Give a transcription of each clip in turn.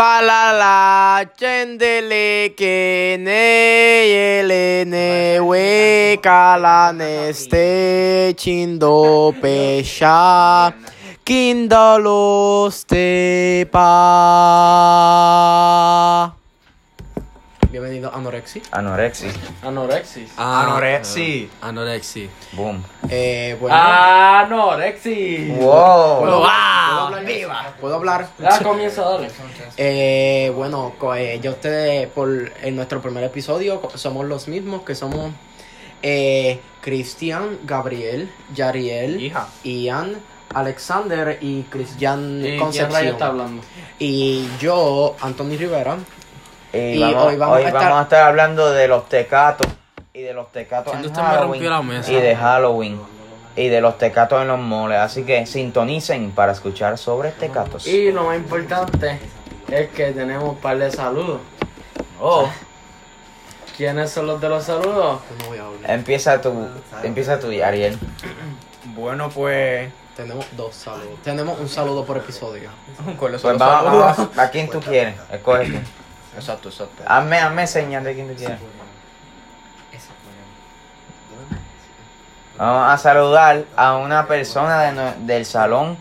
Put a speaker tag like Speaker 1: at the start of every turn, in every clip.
Speaker 1: Para la chendele que ne yelene hueca la neste chindo pesha kindalos tepa. Bienvenido Anorexi.
Speaker 2: Anorexia.
Speaker 3: Anorexis.
Speaker 2: Ah,
Speaker 4: Anorexi.
Speaker 1: Anorexi.
Speaker 2: Mm. Boom.
Speaker 1: Eh, bueno.
Speaker 3: Anorexis.
Speaker 2: Wow.
Speaker 1: Bueno,
Speaker 4: ¡Wow!
Speaker 1: ¿puedo hablar?
Speaker 4: ¡Viva!
Speaker 1: ¿Puedo hablar?
Speaker 3: Ya comienza, dale.
Speaker 1: Eh, bueno, co- eh, ya ustedes por en nuestro primer episodio co- somos los mismos que somos eh, Cristian, Gabriel, Yariel,
Speaker 4: Hija.
Speaker 1: Ian, Alexander y Cristian
Speaker 3: ¿Y quién rayo está
Speaker 1: Concepción.
Speaker 3: hablando?
Speaker 1: Y yo, Anthony Rivera.
Speaker 2: Y,
Speaker 1: Y
Speaker 2: vamos, hoy, vamos, a estar... hablando de los tecatos. Y de los tecatos
Speaker 5: Siento
Speaker 2: en
Speaker 5: usted me rompió
Speaker 2: Halloween.
Speaker 5: la mesa.
Speaker 2: Y de Halloween. Y de los tecatos en los moles. Así que sintonicen para escuchar sobre tecatos.
Speaker 3: Y lo más importante es que tenemos un par de saludos.
Speaker 2: Oh.
Speaker 3: ¿Quiénes son los de los saludos?
Speaker 1: Yo no voy a hablar.
Speaker 2: Empieza tu, empieza tu Ariel.
Speaker 4: Bueno, pues.
Speaker 1: Tenemos dos saludos. Tenemos un saludo por episodio.
Speaker 4: Con los
Speaker 2: Pues
Speaker 4: otros
Speaker 2: vamos,
Speaker 4: saludos.
Speaker 2: vamos, a quien tú quieres. Escoge tú.
Speaker 4: Exacto, exacto.
Speaker 2: Hazme, hazme señal de quien tú quieres. Vamos a saludar a una persona de nue- del salón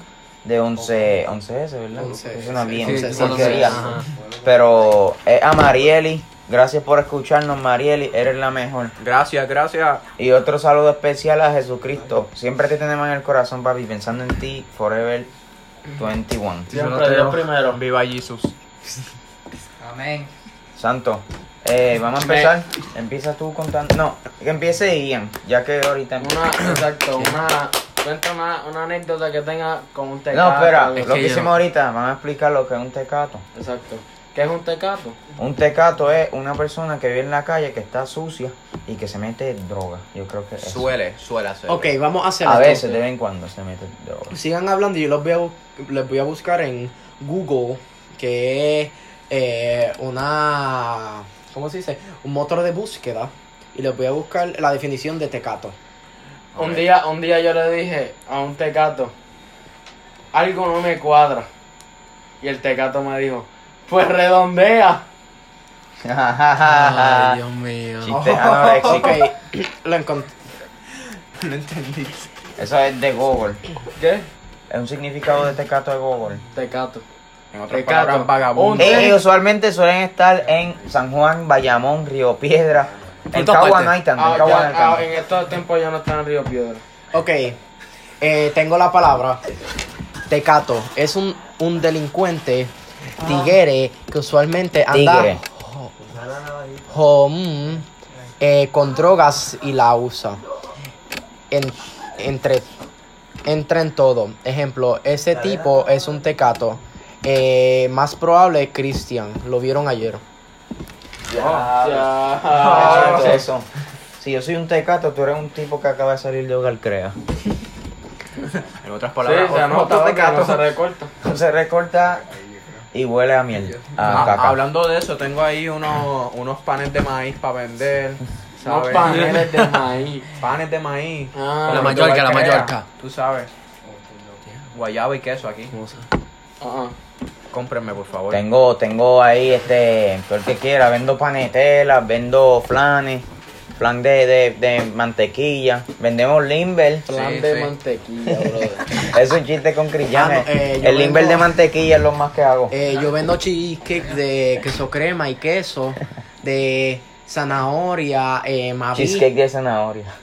Speaker 2: de 11, 11S, ¿verdad?
Speaker 1: Once,
Speaker 2: Eso no es bien,
Speaker 1: sí, sí,
Speaker 2: porquería.
Speaker 1: once, ajá.
Speaker 2: Pero es a Marieli. Gracias por escucharnos, Marieli. Eres la mejor.
Speaker 4: Gracias, gracias.
Speaker 2: Y otro saludo especial a Jesucristo. Siempre te tenemos en el corazón, papi. Pensando en ti, Forever 21.
Speaker 3: Siempre Dios primero.
Speaker 4: Viva Jesus.
Speaker 5: Amén.
Speaker 2: Santo. Eh, vamos a empezar. Empieza tú contando. No, que empiece Ian, ya que ahorita empieza.
Speaker 3: Una, exacto, una. Cuenta una, una anécdota que tenga con un tecato.
Speaker 2: No, espera,
Speaker 3: algo.
Speaker 2: lo que
Speaker 5: yo
Speaker 2: hicimos
Speaker 5: no.
Speaker 2: ahorita, van a explicar lo que es un tecato.
Speaker 3: Exacto. ¿Qué es un tecato?
Speaker 2: Un tecato es una persona que vive en la calle, que está sucia y que se mete droga. Yo creo que es.
Speaker 4: Suele, suele hacer.
Speaker 1: Ok, vamos a hacer
Speaker 2: A
Speaker 1: esto.
Speaker 2: veces, de vez en cuando se mete droga.
Speaker 1: Sigan hablando y yo los voy a, bu- les voy a buscar en Google, que es eh, una. ¿Cómo se dice? Un motor de búsqueda. Y les voy a buscar la definición de tecato.
Speaker 3: Un día, un día yo le dije a un tecato, algo no me cuadra. Y el tecato me dijo, pues redondea.
Speaker 5: Ay,
Speaker 2: Chiste ah,
Speaker 5: Dios mío.
Speaker 2: anoréxico.
Speaker 1: Ok, lo encontré.
Speaker 4: No entendí.
Speaker 2: Eso es de Google.
Speaker 3: ¿Qué?
Speaker 2: Es un significado de tecato de Google.
Speaker 3: Tecato.
Speaker 4: En otras
Speaker 3: Tecato.
Speaker 4: palabras, vagabundo.
Speaker 3: Un-
Speaker 2: Ellos Eh, usualmente suelen estar en San Juan, Bayamón, Río Piedra. En
Speaker 5: todas
Speaker 2: Cagua
Speaker 5: partes.
Speaker 2: no hay tanto, en
Speaker 3: Ah,
Speaker 2: Cagua no
Speaker 3: ya,
Speaker 2: hay
Speaker 3: ah,
Speaker 2: tanto.
Speaker 3: en estos tiempos ya no están en Río Piedra.
Speaker 1: Ok, eh, tengo la palabra. Tecato es un, un delincuente tigre que usualmente ah, anda
Speaker 2: Tigre.
Speaker 1: jo- jom, eh, con drogas y la usa. En- entre, entra en todo. Ejemplo, ese tipo es un tecato. Eh, más probable Christian, lo vieron ayer.
Speaker 3: Ya.
Speaker 2: Ah, eso, eso. Si yo soy un tecato, tú eres un tipo que acaba de salir de hogar, crea.
Speaker 4: En otras
Speaker 3: Sí,
Speaker 4: palabras,
Speaker 3: se anota,
Speaker 4: otro
Speaker 3: otro
Speaker 4: tecato.
Speaker 3: se recorta.
Speaker 2: Se recorta y huele a miel. A
Speaker 4: Ah,
Speaker 2: caca.
Speaker 4: hablando de eso, tengo ahí unos, unos panes de maíz para vender.
Speaker 3: No
Speaker 4: ¿sabes?
Speaker 3: paneles de maíz.
Speaker 4: Panes de maíz.
Speaker 3: Ah,
Speaker 4: Para
Speaker 5: La mayor- Mallorca, la
Speaker 4: que crea,
Speaker 5: Mallorca.
Speaker 4: Tú sabes. Guayaba y queso aquí.
Speaker 3: ah,
Speaker 4: Cómprenme, por favor.
Speaker 2: Tengo, tengo ahí este, todo el que quiera, vendo panetelas, vendo flanes, flan de, de, de mantequilla, vendemos limber,
Speaker 3: plan
Speaker 4: Sí,
Speaker 3: de
Speaker 4: sí.
Speaker 3: mantequilla, brother.
Speaker 2: es un chiste con
Speaker 1: Ah,
Speaker 2: crillanes.
Speaker 1: no, eh, yo
Speaker 2: el limber
Speaker 1: vendo-
Speaker 2: de mantequilla es lo más que hago.
Speaker 1: Eh, yo vendo cheesecake de queso crema y queso, de zanahoria, eh, mavi
Speaker 2: Cheesecake de zanahoria.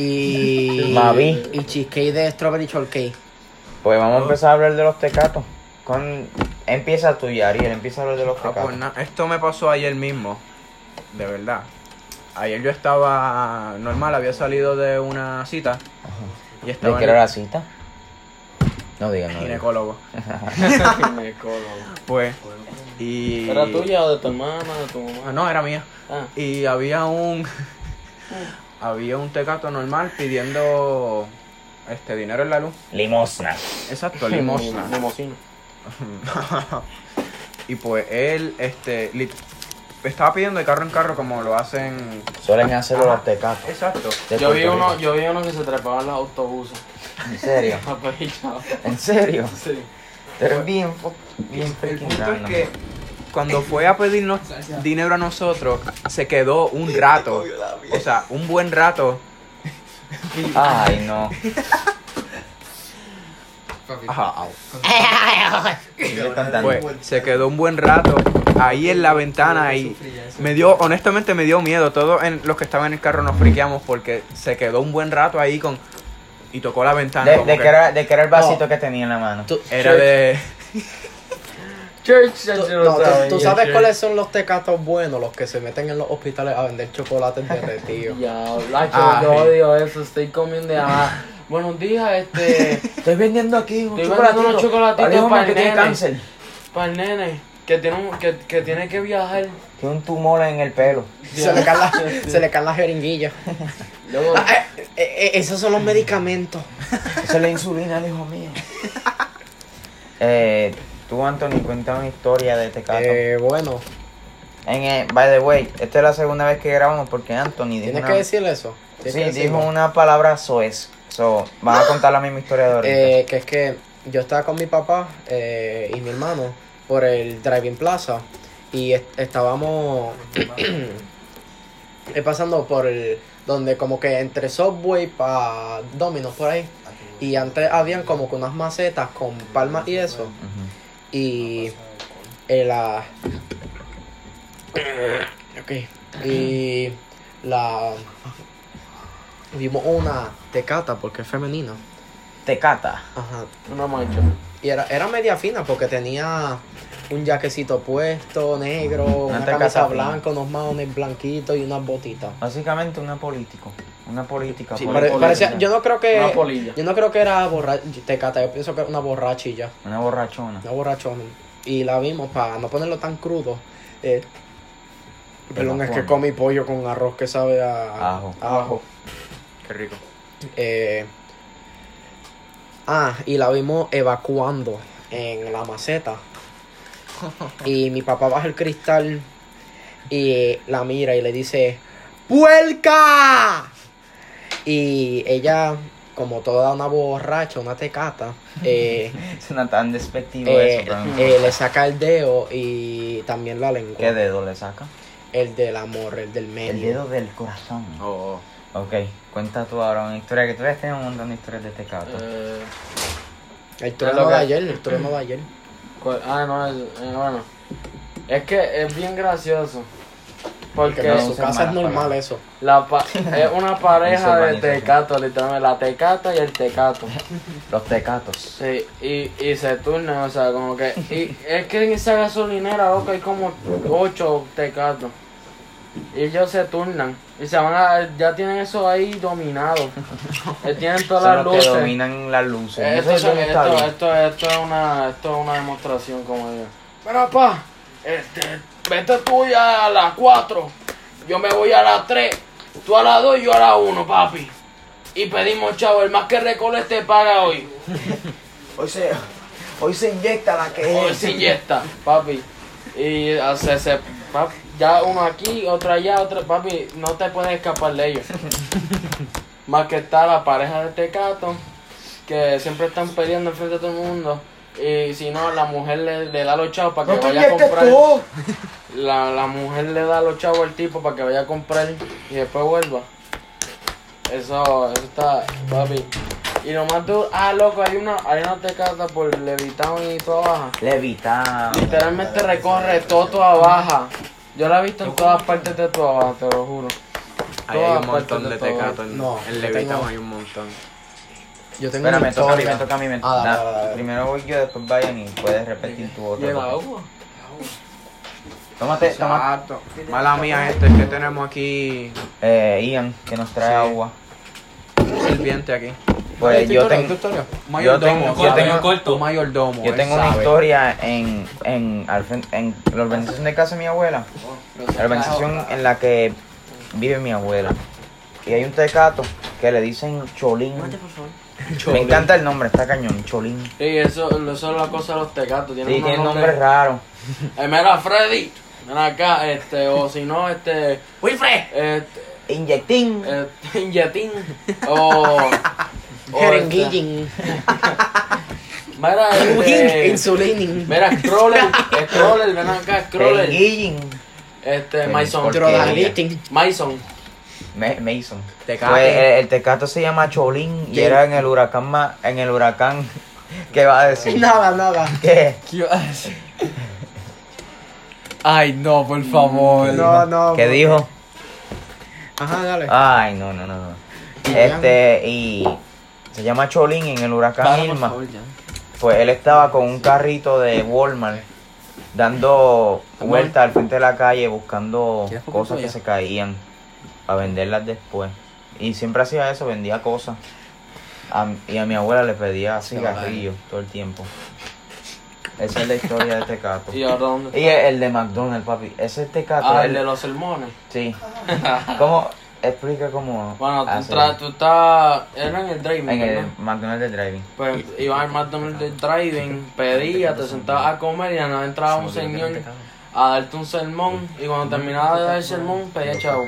Speaker 1: y
Speaker 2: Mavi.
Speaker 1: y cheesecake de strawberry shortcake.
Speaker 2: Pues vamos a empezar a hablar de los tecatos. Con, empieza tú, Yariel, empieza a hablar de los
Speaker 4: Ah,
Speaker 2: tecatos.
Speaker 4: pues nada, esto me pasó ayer mismo, de verdad. Ayer yo estaba normal, había salido de una cita y
Speaker 2: ¿De
Speaker 4: estaba
Speaker 2: qué
Speaker 4: en
Speaker 2: era
Speaker 4: el
Speaker 2: la cita? No digas, no digas.
Speaker 4: ginecólogo.
Speaker 3: Me colo.
Speaker 4: Pues, y...
Speaker 3: ¿Era tuya o de tu hermana o de tu
Speaker 4: Ah,
Speaker 3: mamá?
Speaker 4: No, era mía.
Speaker 3: Ah.
Speaker 4: Y había un... había un tecato normal pidiendo este dinero en la luz.
Speaker 2: Limosna.
Speaker 4: Exacto, limosna.
Speaker 3: Limosina.
Speaker 4: y pues él, este, lit- estaba pidiendo de carro en carro como lo hacen...
Speaker 2: Suelen hacerlo los tecatos.
Speaker 4: Exacto.
Speaker 2: de
Speaker 3: Yo vi
Speaker 2: Puerto
Speaker 3: uno,
Speaker 2: Rico.
Speaker 3: yo vi uno que se trepaba en los autobuses.
Speaker 2: En serio.
Speaker 3: Papá y chao.
Speaker 2: En serio.
Speaker 3: Sí.
Speaker 2: Pero bien, fo- bien
Speaker 4: El
Speaker 2: freaking
Speaker 4: punto es
Speaker 2: random.
Speaker 4: que cuando fue a pedirnos dinero a nosotros, se quedó un rato. O sea, un buen rato.
Speaker 2: Ay, no.
Speaker 5: Papi,
Speaker 4: Ajá, au.
Speaker 2: Sigue cantando.
Speaker 4: Pues, se quedó un buen rato ahí en la ventana y me dio, honestamente me dio miedo. Todos en- los que estaban en el carro nos friqueamos porque se quedó un buen rato ahí con y tocó la ventana.
Speaker 2: de,
Speaker 4: como
Speaker 2: de
Speaker 4: que
Speaker 2: que era, de que era el vasito
Speaker 1: No.
Speaker 2: que tenía en la mano.
Speaker 1: Tú-
Speaker 4: era de
Speaker 3: Church, ya
Speaker 1: Tú,
Speaker 3: yo lo
Speaker 1: no, tú-
Speaker 3: saben,
Speaker 1: tú
Speaker 3: ya,
Speaker 1: sabes
Speaker 3: church.
Speaker 1: cuáles son los tecatos buenos, los que se meten en los hospitales a vender chocolates derretidos.
Speaker 3: Diablo, ah,
Speaker 4: Ah,
Speaker 3: yo
Speaker 4: sí.
Speaker 3: odio eso, estoy comiendo ah, Buenos días, este,
Speaker 2: Estoy vendiendo aquí un
Speaker 3: Estoy vendiendo unos chocolatitos
Speaker 2: Alejo,
Speaker 3: para
Speaker 2: que
Speaker 3: el
Speaker 2: tiene
Speaker 3: nene.
Speaker 2: cáncer.
Speaker 3: para el nene, que tiene, un- que, que tiene que viajar.
Speaker 2: Tiene un tumor en el pelo.
Speaker 1: se, le caen las- se le caen las jeringuillas.
Speaker 3: Luego,
Speaker 1: Ah, eh, eh, esos son los medicamentos.
Speaker 2: Esa es la insulina, hijo mío. eh, tú, Anthony, cuéntame una historia de Tecato.
Speaker 1: Eh, bueno,
Speaker 2: En, eh, by the way, esta es la segunda vez que grabamos porque Anthony dijo
Speaker 1: tienes
Speaker 2: una,
Speaker 1: que decir eso. Tienes
Speaker 2: sí,
Speaker 1: que
Speaker 2: dijo
Speaker 1: decirlo.
Speaker 2: una palabra soez. So, vas a contar la misma historia de ahorita.
Speaker 1: Eh, que es que yo estaba con mi papá eh, y mi hermano por el Driving Plaza y est- estábamos eh, pasando por el donde como que entre Subway para Domino's por ahí y antes habían como que unas macetas con palmas y eso
Speaker 2: Ujú.
Speaker 1: y eh, la ok y la vimos una tecata porque es femenina
Speaker 2: Tecata.
Speaker 1: ajá
Speaker 3: una mancha.
Speaker 1: y era, era media fina porque tenía un jaquecito puesto, negro, una,
Speaker 2: tacata
Speaker 1: camisa
Speaker 2: fina.
Speaker 1: blanca, unos maones blanquitos y unas botitas.
Speaker 2: Básicamente una político. Una política.
Speaker 1: Sí,
Speaker 2: poli-
Speaker 1: pare-
Speaker 3: polilla.
Speaker 1: parecía- yo no creo
Speaker 3: Una
Speaker 1: que.
Speaker 3: polilla.
Speaker 1: Yo no creo que era borracha, tecata, yo pienso que era una borrachilla,
Speaker 2: Una borrachona.
Speaker 1: una borrachona. Y la vimos para no ponerlo tan crudo. eh, perdón, es que
Speaker 2: Evacuando.
Speaker 1: comí pollo con arroz que sabe a
Speaker 2: Ajo.
Speaker 1: ajo.
Speaker 4: qué rico.
Speaker 1: Eh, ah, y la vimos evacuando en la maceta. Y mi papá baja el cristal y la mira y le dice, ¡Puerca! Y ella, como toda una borracha, una tecata, eh,
Speaker 2: Suena tan despectivo
Speaker 1: eh,
Speaker 2: eso, pero no.
Speaker 1: eh, le saca el dedo y también la lengua.
Speaker 2: ¿Qué dedo le saca?
Speaker 1: El del amor, el del medio.
Speaker 2: El dedo del corazón.
Speaker 4: Oh,
Speaker 2: Ok, cuenta tú ahora una historia que tú ves, tienes un montón de historias de Tecato.
Speaker 3: Eh,
Speaker 1: El trueno
Speaker 3: que-
Speaker 1: de ayer, el trueno de ayer.
Speaker 3: cuál- ah, no, es, eh, bueno. Es que es bien gracioso.
Speaker 1: Porque
Speaker 3: Porque
Speaker 1: en
Speaker 2: no
Speaker 1: su
Speaker 2: usan
Speaker 1: casa es
Speaker 2: malas
Speaker 1: normal
Speaker 2: palabras.
Speaker 1: eso.
Speaker 3: la pa- es una
Speaker 2: Eso
Speaker 3: pareja
Speaker 2: es
Speaker 3: de
Speaker 2: manito, sí.
Speaker 3: tecato, literalmente, la tecata y el tecato.
Speaker 2: Los Tecatos.
Speaker 3: Sí, y, y se turnan, o sea, como que. Y es que en esa gasolinera, loco, hay como ocho tecatos. Y ellos se turnan. Y se van a. Ya tienen eso ahí dominado. Eh, tienen todas
Speaker 2: Son
Speaker 3: las
Speaker 2: los que
Speaker 3: luces.
Speaker 2: dominan las luces.
Speaker 3: Eh, Esto,
Speaker 2: Eso
Speaker 3: esto,
Speaker 2: no está
Speaker 3: esto,
Speaker 2: bien.
Speaker 3: esto, esto es una, esto es una demostración, como digo. Pero, pa, este, vete tú ya a las 4. Yo me voy a las 3. Tú a las 2 y yo a las 1, papi. Y pedimos, chavo, el más que recolecte paga hoy.
Speaker 2: Hoy se, hoy se inyecta la que
Speaker 3: Hoy se inyecta, papi. Y hace se, pap- ya uno aquí, otro allá, otro, papi, no te puedes escapar de ellos. Más que está la pareja de Tecato, que siempre están peleando enfrente de todo el mundo. Y si no, la mujer le, le da los chavos para que vaya a comprar. La, la mujer le da los chavos al tipo para que vaya a comprar y después vuelva. Eso, eso está, papi. Y lo más duro, ah, loco, hay una, hay una tecata por Levitown y toda baja.
Speaker 2: Levita.
Speaker 3: Literalmente recorre todo toda baja. Yo la he visto en todas partes de toda baja, te lo juro.
Speaker 4: ahí hay
Speaker 3: Todas
Speaker 4: un montón
Speaker 3: partes
Speaker 4: de
Speaker 3: de todo.
Speaker 4: Tecato. En,
Speaker 1: No,
Speaker 4: en
Speaker 1: yo
Speaker 4: Levitown
Speaker 1: tengo-
Speaker 4: hay un montón.
Speaker 1: Yo tengo
Speaker 2: Espera,
Speaker 1: una
Speaker 2: me toca a mí, me
Speaker 1: historia.
Speaker 2: toca a mí. me-
Speaker 1: Ah, dale,
Speaker 2: da-
Speaker 1: dale, dale.
Speaker 2: Primero voy yo, después vayan y puedes repetir tu otra.
Speaker 3: Lleva oh.
Speaker 2: cosa.
Speaker 3: agua.
Speaker 2: Tómate, tómate.
Speaker 4: Exacto. Mala mía, gente, es que tenemos aquí
Speaker 2: Eh, Ian, que nos trae
Speaker 4: Sí.
Speaker 2: agua.
Speaker 4: un sirviente aquí.
Speaker 1: Dale,
Speaker 2: Pues
Speaker 1: tu
Speaker 2: yo
Speaker 1: historia, tu
Speaker 2: tengo.
Speaker 1: historia.
Speaker 2: Yo tengo- yo
Speaker 4: ¿sabes?
Speaker 2: tengo-
Speaker 4: Corto. Un mayordomo.
Speaker 2: Yo
Speaker 4: él
Speaker 2: tengo una
Speaker 4: sabe.
Speaker 2: historia en, en, al frente- en la organización de casa de mi abuela. La organización en la que vive mi abuela. Y hay un tecato que le dicen Cholín. Me encanta el nombre, está cañón, Cholín.
Speaker 3: Sí, eso, eso es la cosa de los tecatos.
Speaker 2: Sí,
Speaker 3: Tienen unos
Speaker 2: tiene
Speaker 3: nombres-
Speaker 2: nombres raros.
Speaker 3: Eh, mira, Freddy. Ven acá, este, o si no, este. ¡Wilfred! Este,
Speaker 2: Inyectín.
Speaker 3: este, Yetín. O. o este,
Speaker 1: Jeringuillín.
Speaker 3: Mira, este,
Speaker 1: Insulinin.
Speaker 3: mira, Scroller, Scroller, ven acá, Scroller.
Speaker 2: Penguin.
Speaker 3: Este,
Speaker 2: Pen-
Speaker 3: Mason.
Speaker 2: Droga.
Speaker 1: Drogaditin.
Speaker 3: Mason.
Speaker 2: Ma- Mason.
Speaker 1: Tecate.
Speaker 2: Pues, el, el tecato se llama Cholín y
Speaker 1: ¿Qué?
Speaker 2: era en el huracán ma- en el huracán. ¿Qué va a decir?
Speaker 1: Nada, nada.
Speaker 2: ¿Qué?
Speaker 5: ¿Qué iba a decir? Ay, no, por favor.
Speaker 1: No, no.
Speaker 2: ¿Qué dijo?
Speaker 1: Ajá, dale.
Speaker 2: Ay, no, no, no, no. Este, y se llama Cholín y en el huracán
Speaker 5: Para, por
Speaker 2: Irma.
Speaker 5: favor, ya.
Speaker 2: Pues él estaba con un carrito de Walmart dando vueltas al frente de la calle buscando
Speaker 5: ¿Quieres poco
Speaker 2: cosas que
Speaker 5: pollo?
Speaker 2: se caían para venderlas después. Y siempre hacía eso, vendía cosas. A m- y a mi abuela le pedía cigarrillos todo el tiempo. Esa es la historia de este gato.
Speaker 3: ¿Y ahora dónde?
Speaker 2: Y el, el de McDonald's, papi. Ese es Tecato.
Speaker 3: Ah,
Speaker 2: él-
Speaker 3: el de los sermones.
Speaker 2: Sí. ¿Cómo? Explica cómo.
Speaker 3: Bueno, tú,
Speaker 2: hace-
Speaker 3: tra- tú estás. Era en el driving.
Speaker 2: Ah, En el
Speaker 3: ¿verdad?
Speaker 2: McDonald's de Driving.
Speaker 3: Pues iba al McDonald's del driving, pedía, te sentabas a comer y nada entraba un señor a darte un sermón y cuando terminaba de dar el sermón pedía chavo.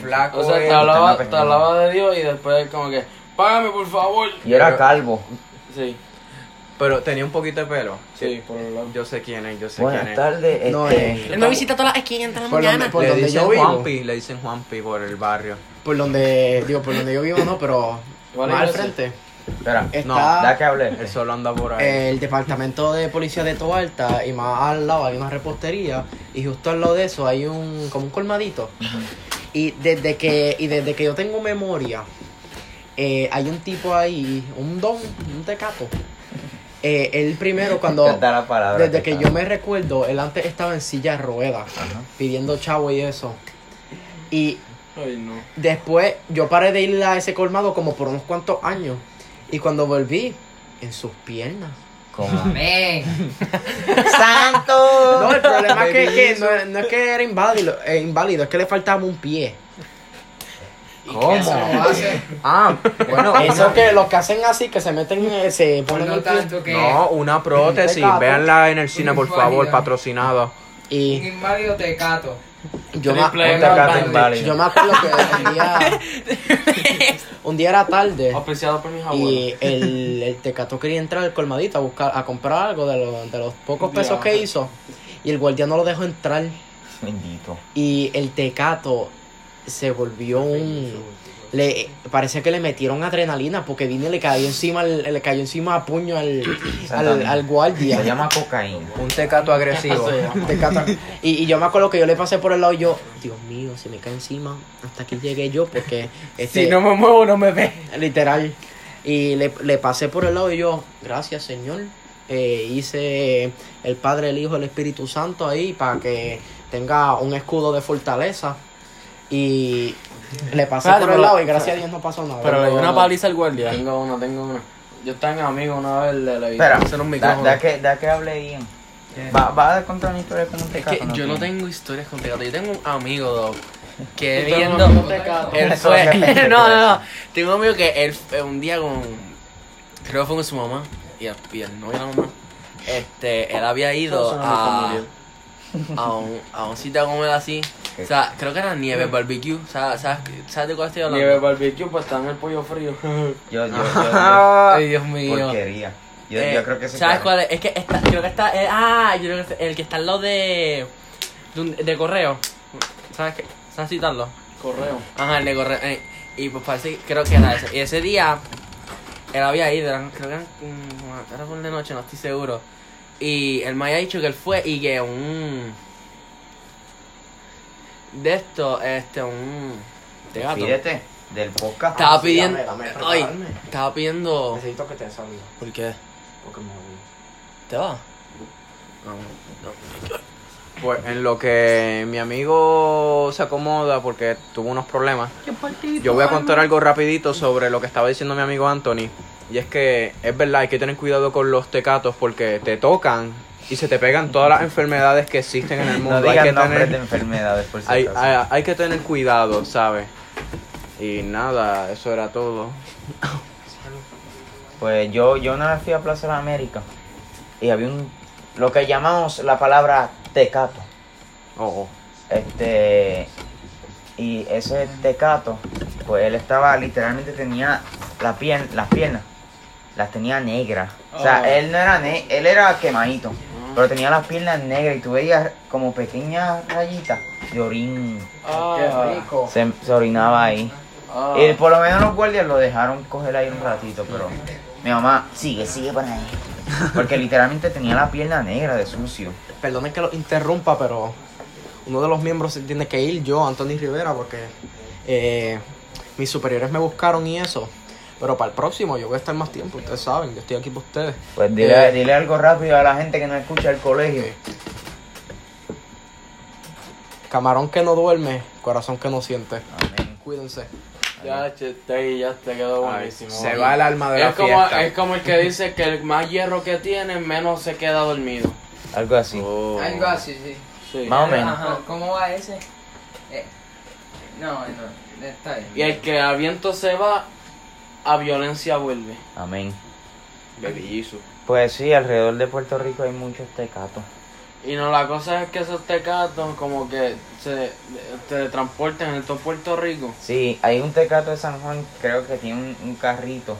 Speaker 4: Flaco.
Speaker 3: O sea, te
Speaker 4: eh.
Speaker 3: hablaba, te hablaba de Dios y después como que, págame por favor.
Speaker 2: Y era calvo.
Speaker 3: Sí,
Speaker 4: Pero tenía un poquito de pelo.
Speaker 3: sí, por el lado.
Speaker 4: Yo sé quién es, yo sé quién
Speaker 2: Buenas
Speaker 4: es.
Speaker 2: tardes.
Speaker 1: No,
Speaker 2: este,
Speaker 1: eh,
Speaker 6: Él me visita todas las esquinas todas las
Speaker 1: por donde,
Speaker 6: mañanas.
Speaker 1: por
Speaker 4: le
Speaker 1: donde
Speaker 4: dicen
Speaker 1: yo vivo.
Speaker 4: Juanpi, le dicen Juanpi por el barrio.
Speaker 1: Por donde, digo, por donde yo vivo no, pero
Speaker 3: Igual
Speaker 1: más al
Speaker 3: iglesia.
Speaker 1: frente
Speaker 2: Espera.
Speaker 1: está
Speaker 4: No,
Speaker 2: Da que hablé.
Speaker 4: Él solo anda por ahí.
Speaker 1: el departamento de policía de Toalta y más al lado hay una repostería y justo al lado de eso hay un como un colmadito. Y desde que y desde que yo tengo memoria eh, hay un tipo ahí, un don, un tecato. Eh, él primero cuando
Speaker 2: Canta la palabra.
Speaker 1: Desde que
Speaker 2: Tecato.
Speaker 1: yo me recuerdo, él antes estaba en silla de ruedas,
Speaker 2: Ajá.
Speaker 1: pidiendo chavo y eso. Y
Speaker 3: Ay, no.
Speaker 1: después yo paré de ir a ese colmado como por unos cuantos años. Y cuando volví, en sus piernas.
Speaker 2: ¿Cómo?
Speaker 5: Amén.
Speaker 2: ¡Santo!
Speaker 1: No, el problema es que, que no, no es que era inválido, eh, inválido, es que le faltaba un pie.
Speaker 2: ¿Cómo?
Speaker 1: Ah,
Speaker 2: Bueno,
Speaker 1: eso que los que hacen así, que se meten, eh, se
Speaker 5: Por
Speaker 1: ponen
Speaker 5: lo
Speaker 1: el pie.
Speaker 5: tanto que.
Speaker 4: No, una prótesis.
Speaker 1: Tecato.
Speaker 4: Véanla en el cine, por favor, patrocinado.
Speaker 5: Un
Speaker 1: Y
Speaker 5: inválido tecato.
Speaker 1: yo me,
Speaker 3: Triple
Speaker 2: Un tecato
Speaker 3: Bandit.
Speaker 2: inválido.
Speaker 1: yo me acuerdo que un día, un día era tarde.
Speaker 3: Auspiciado por mis abuelos.
Speaker 1: Y el, el tecato quería entrar al colmadito a buscar, a comprar algo de, lo- de los pocos pesos
Speaker 3: Diablo.
Speaker 1: que hizo. Y el guardia no lo dejó entrar.
Speaker 2: Bendito.
Speaker 1: Y el tecato se volvió un. Le, parece que le metieron adrenalina porque vino y le cayó encima al- le cayó encima a puño al, al, al
Speaker 2: Se
Speaker 1: guardia.
Speaker 2: llama cocaína.
Speaker 4: Un tecato agresivo.
Speaker 1: Tecato. Y, y yo me acuerdo que yo le pasé por el lado y yo, Dios mío, se me cae encima. Hasta aquí llegué yo porque este,
Speaker 5: me muevo, no me ve.
Speaker 1: literal. Y le, le pasé por el lado y yo, gracias Señor. Eh, hice el Padre, el Hijo, el Espíritu Santo ahí para que tenga un escudo de fortaleza. Y le pasé
Speaker 3: Espérate,
Speaker 1: por el
Speaker 3: pero-
Speaker 1: lado y gracias a Dios no pasó nada.
Speaker 3: Pero le dio una paliza
Speaker 5: al guardia.
Speaker 3: Tengo una, tengo una. Yo estaba en amigo una vez de la
Speaker 2: Espera.
Speaker 5: Son un
Speaker 2: Da,
Speaker 5: micrófono.
Speaker 2: da que, da que hable Ian. Va, va a contar una historia con un
Speaker 5: Es
Speaker 2: tecato.
Speaker 5: que yo no
Speaker 2: tiene?
Speaker 5: tengo historias con Tecato. Yo tengo un amigo, Doc,
Speaker 3: Yo
Speaker 5: que
Speaker 3: tengo un
Speaker 5: viendo.
Speaker 3: amigo Tecato.
Speaker 5: Él
Speaker 2: Eso es lo que
Speaker 5: fue.
Speaker 2: pensé
Speaker 5: no,
Speaker 2: que iba
Speaker 5: no,
Speaker 2: a
Speaker 5: no. Tengo un amigo que él fue un día con. Creo que fue con su mamá y el, y el novio de la mamá. Este, él había ido a. A un, a un sitio a comer así. O sea, creo que era nieve, barbecue. O sea, ¿sabes, ¿sabes de cuál estoy hablando?
Speaker 3: Nieve Mm. barbecue, pues está en el pollo frío.
Speaker 2: Yo, yo, yo,
Speaker 5: Ay, Ah, Dios
Speaker 2: yo,
Speaker 5: mío.
Speaker 2: porquería. Yo,
Speaker 5: Eh,
Speaker 2: yo creo que se
Speaker 5: ¿Sabes cuál es? Es que está, creo que está. eh, ah, yo creo que está- el que está al lado de. De, un- de correo. ¿Sabes qué? ¿Sabes citarlo?
Speaker 3: Correo.
Speaker 5: Ajá, el de correo. eh, y pues parece que creo que era ese. Y ese día. Él había ido, eran- creo que eran, mm, era por de noche, no estoy seguro. Y él me había dicho que él fue y que un. De esto, este, un. De gato.
Speaker 2: Fíjate del podcast.
Speaker 3: Ah,
Speaker 5: Estaba
Speaker 1: sí,
Speaker 5: pidiendo.
Speaker 1: dame, dame,
Speaker 5: ay,
Speaker 1: regálame.
Speaker 5: estaba pidiendo.
Speaker 1: Necesito que te salga
Speaker 5: ¿Por qué?
Speaker 1: porque me voy.
Speaker 5: ¿Te va?
Speaker 4: Pues en lo que mi amigo se acomoda porque tuvo unos problemas, yo voy a contar algo rapidito sobre lo que estaba diciendo mi amigo Anthony. Y es que es verdad, hay que tener cuidado con los tecatos porque te tocan y se te pegan todas las enfermedades que existen en el
Speaker 2: No
Speaker 4: mundo. hay, que
Speaker 2: digan nombres
Speaker 4: tener,
Speaker 2: de enfermedades, por si
Speaker 4: hay,
Speaker 2: acaso.
Speaker 4: hay- hay que tener cuidado, ¿sabes? Y nada, eso era todo.
Speaker 2: Pues yo, yo una vez fui a Plaza de la América y había un, lo que llamamos la palabra tecato.
Speaker 4: Oh, oh.
Speaker 2: Este, y ese tecato, pues él estaba literalmente tenía la pier- las piernas las tenía negras. O sea, él no era ne él era quemadito, pero tenía las piernas negras y tú veías como pequeñas rayitas de orín.
Speaker 3: Ah,
Speaker 1: rico.
Speaker 2: Se, se orinaba ahí.
Speaker 3: ah.
Speaker 4: Eh,
Speaker 2: Y por lo menos los guardias lo dejaron coger ahí un ratito, pero mi mamá, sigue, sigue para ahí. Porque literalmente tenía la pierna negra de sucio.
Speaker 1: Perdonen que lo interrumpa, pero uno de los miembros se tiene que ir yo, Anthony Rivera, porque eh, mis superiores me buscaron y eso. Pero para el próximo yo voy a estar más tiempo, ustedes saben, yo estoy aquí por ustedes.
Speaker 2: Pues dile,
Speaker 1: Eh.
Speaker 2: dile algo rápido a la gente que no escucha el colegio.
Speaker 1: Camarón que no duerme, corazón que no siente.
Speaker 2: Amén.
Speaker 1: Cuídense.
Speaker 3: Ya, che, te, ya te quedó
Speaker 4: Ay,
Speaker 3: buenísimo.
Speaker 4: se va el alma de la
Speaker 3: es como,
Speaker 4: fiesta.
Speaker 3: es como el que dice que el más hierro que tiene, menos se queda dormido.
Speaker 2: Algo así.
Speaker 4: Oh.
Speaker 6: Algo así, sí.
Speaker 3: Sí.
Speaker 2: Más o menos.
Speaker 6: Ajá, ¿cómo va ese? Eh, no, no, está bien.
Speaker 3: Y el que a viento se va, a violencia vuelve.
Speaker 2: Amén.
Speaker 4: Bellizo.
Speaker 2: Pues sí, alrededor de Puerto Rico hay muchos tecatos.
Speaker 3: Y no, la cosa es que esos tecatos como que se te transportan en todo Puerto Rico.
Speaker 2: Sí, hay un tecato de San Juan, creo que tiene un, un carrito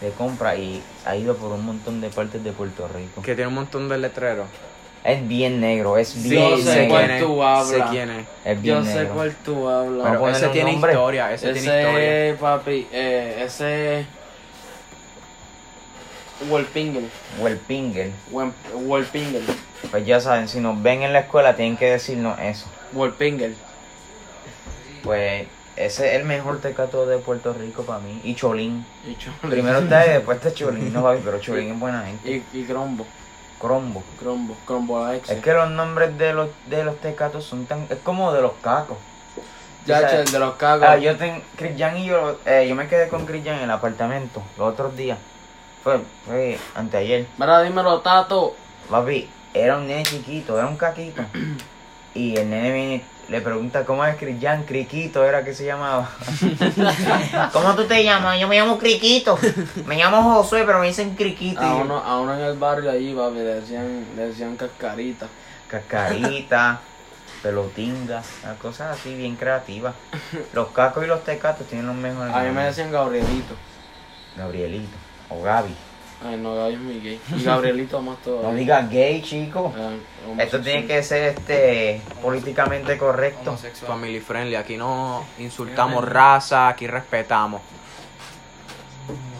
Speaker 2: de compra y ha ido por un montón de partes de Puerto Rico.
Speaker 4: Que tiene un montón de letreros.
Speaker 2: Es bien negro, es
Speaker 3: Yo
Speaker 2: bien
Speaker 3: sé
Speaker 2: negro.
Speaker 3: cuál tú
Speaker 4: Sé
Speaker 3: hablas.
Speaker 4: quién es.
Speaker 2: Es bien
Speaker 3: Yo sé
Speaker 2: negro.
Speaker 3: cuál tú hablas.
Speaker 2: Pero
Speaker 4: Pero
Speaker 2: ponerle
Speaker 4: ese
Speaker 2: un
Speaker 4: tiene
Speaker 2: nombre.
Speaker 4: historia, ese,
Speaker 3: ese,
Speaker 4: tiene historia.
Speaker 3: papi, eh, ese... Wolpingen.
Speaker 2: Huelpingel.
Speaker 3: Wolpingen.
Speaker 2: Pues ya saben, si nos ven en la escuela tienen que decirnos eso.
Speaker 3: Wolpingen.
Speaker 2: Pues ese es el mejor tecato de Puerto Rico para mí. Y Cholín.
Speaker 3: Y, Chol-
Speaker 2: Primero está y después está Cholín. No, papi, pero Cholín es buena gente.
Speaker 3: y, y Crombo.
Speaker 2: Crombo.
Speaker 3: Crombo. Crombo la ex.
Speaker 2: Es que los nombres de los, de los tecatos son tan... Es como de los cacos.
Speaker 3: Ya,
Speaker 2: o sea,
Speaker 3: che, el de los cagos.
Speaker 2: Ah, yo ten, Cristian y yo, eh, yo me quedé con Cristian en el apartamento los otros días. Fue, fue anteayer.
Speaker 3: Mira, dímelo, Tato.
Speaker 2: Papi, era un nene chiquito, era un caquito. Y el nene viene, le pregunta cómo es Cristian, Criquito era que se llamaba. ¿Cómo tú te llamas? Yo me llamo Criquito. Me llamo Josué, pero me dicen Criquito.
Speaker 3: A
Speaker 2: Y yo,
Speaker 3: Ah, uno, a uno en el barrio ahí, papi, le decían, le decían cascarita.
Speaker 2: Cascarita, pelotinga, las cosas así bien creativas. Los cacos y los tecatos tienen los mejores.
Speaker 3: A mí me
Speaker 2: nombres.
Speaker 3: decían Gabrielito.
Speaker 2: Gabrielito o Gaby.
Speaker 3: Ay, no, Gaby es mi gay. Y Gabrielito más
Speaker 2: No
Speaker 3: todavía.
Speaker 2: digas gay, chico.
Speaker 3: Ah,
Speaker 2: Esto tiene que ser este políticamente correcto.
Speaker 6: Homosexual.
Speaker 4: Family friendly. Aquí no insultamos raza, aquí respetamos.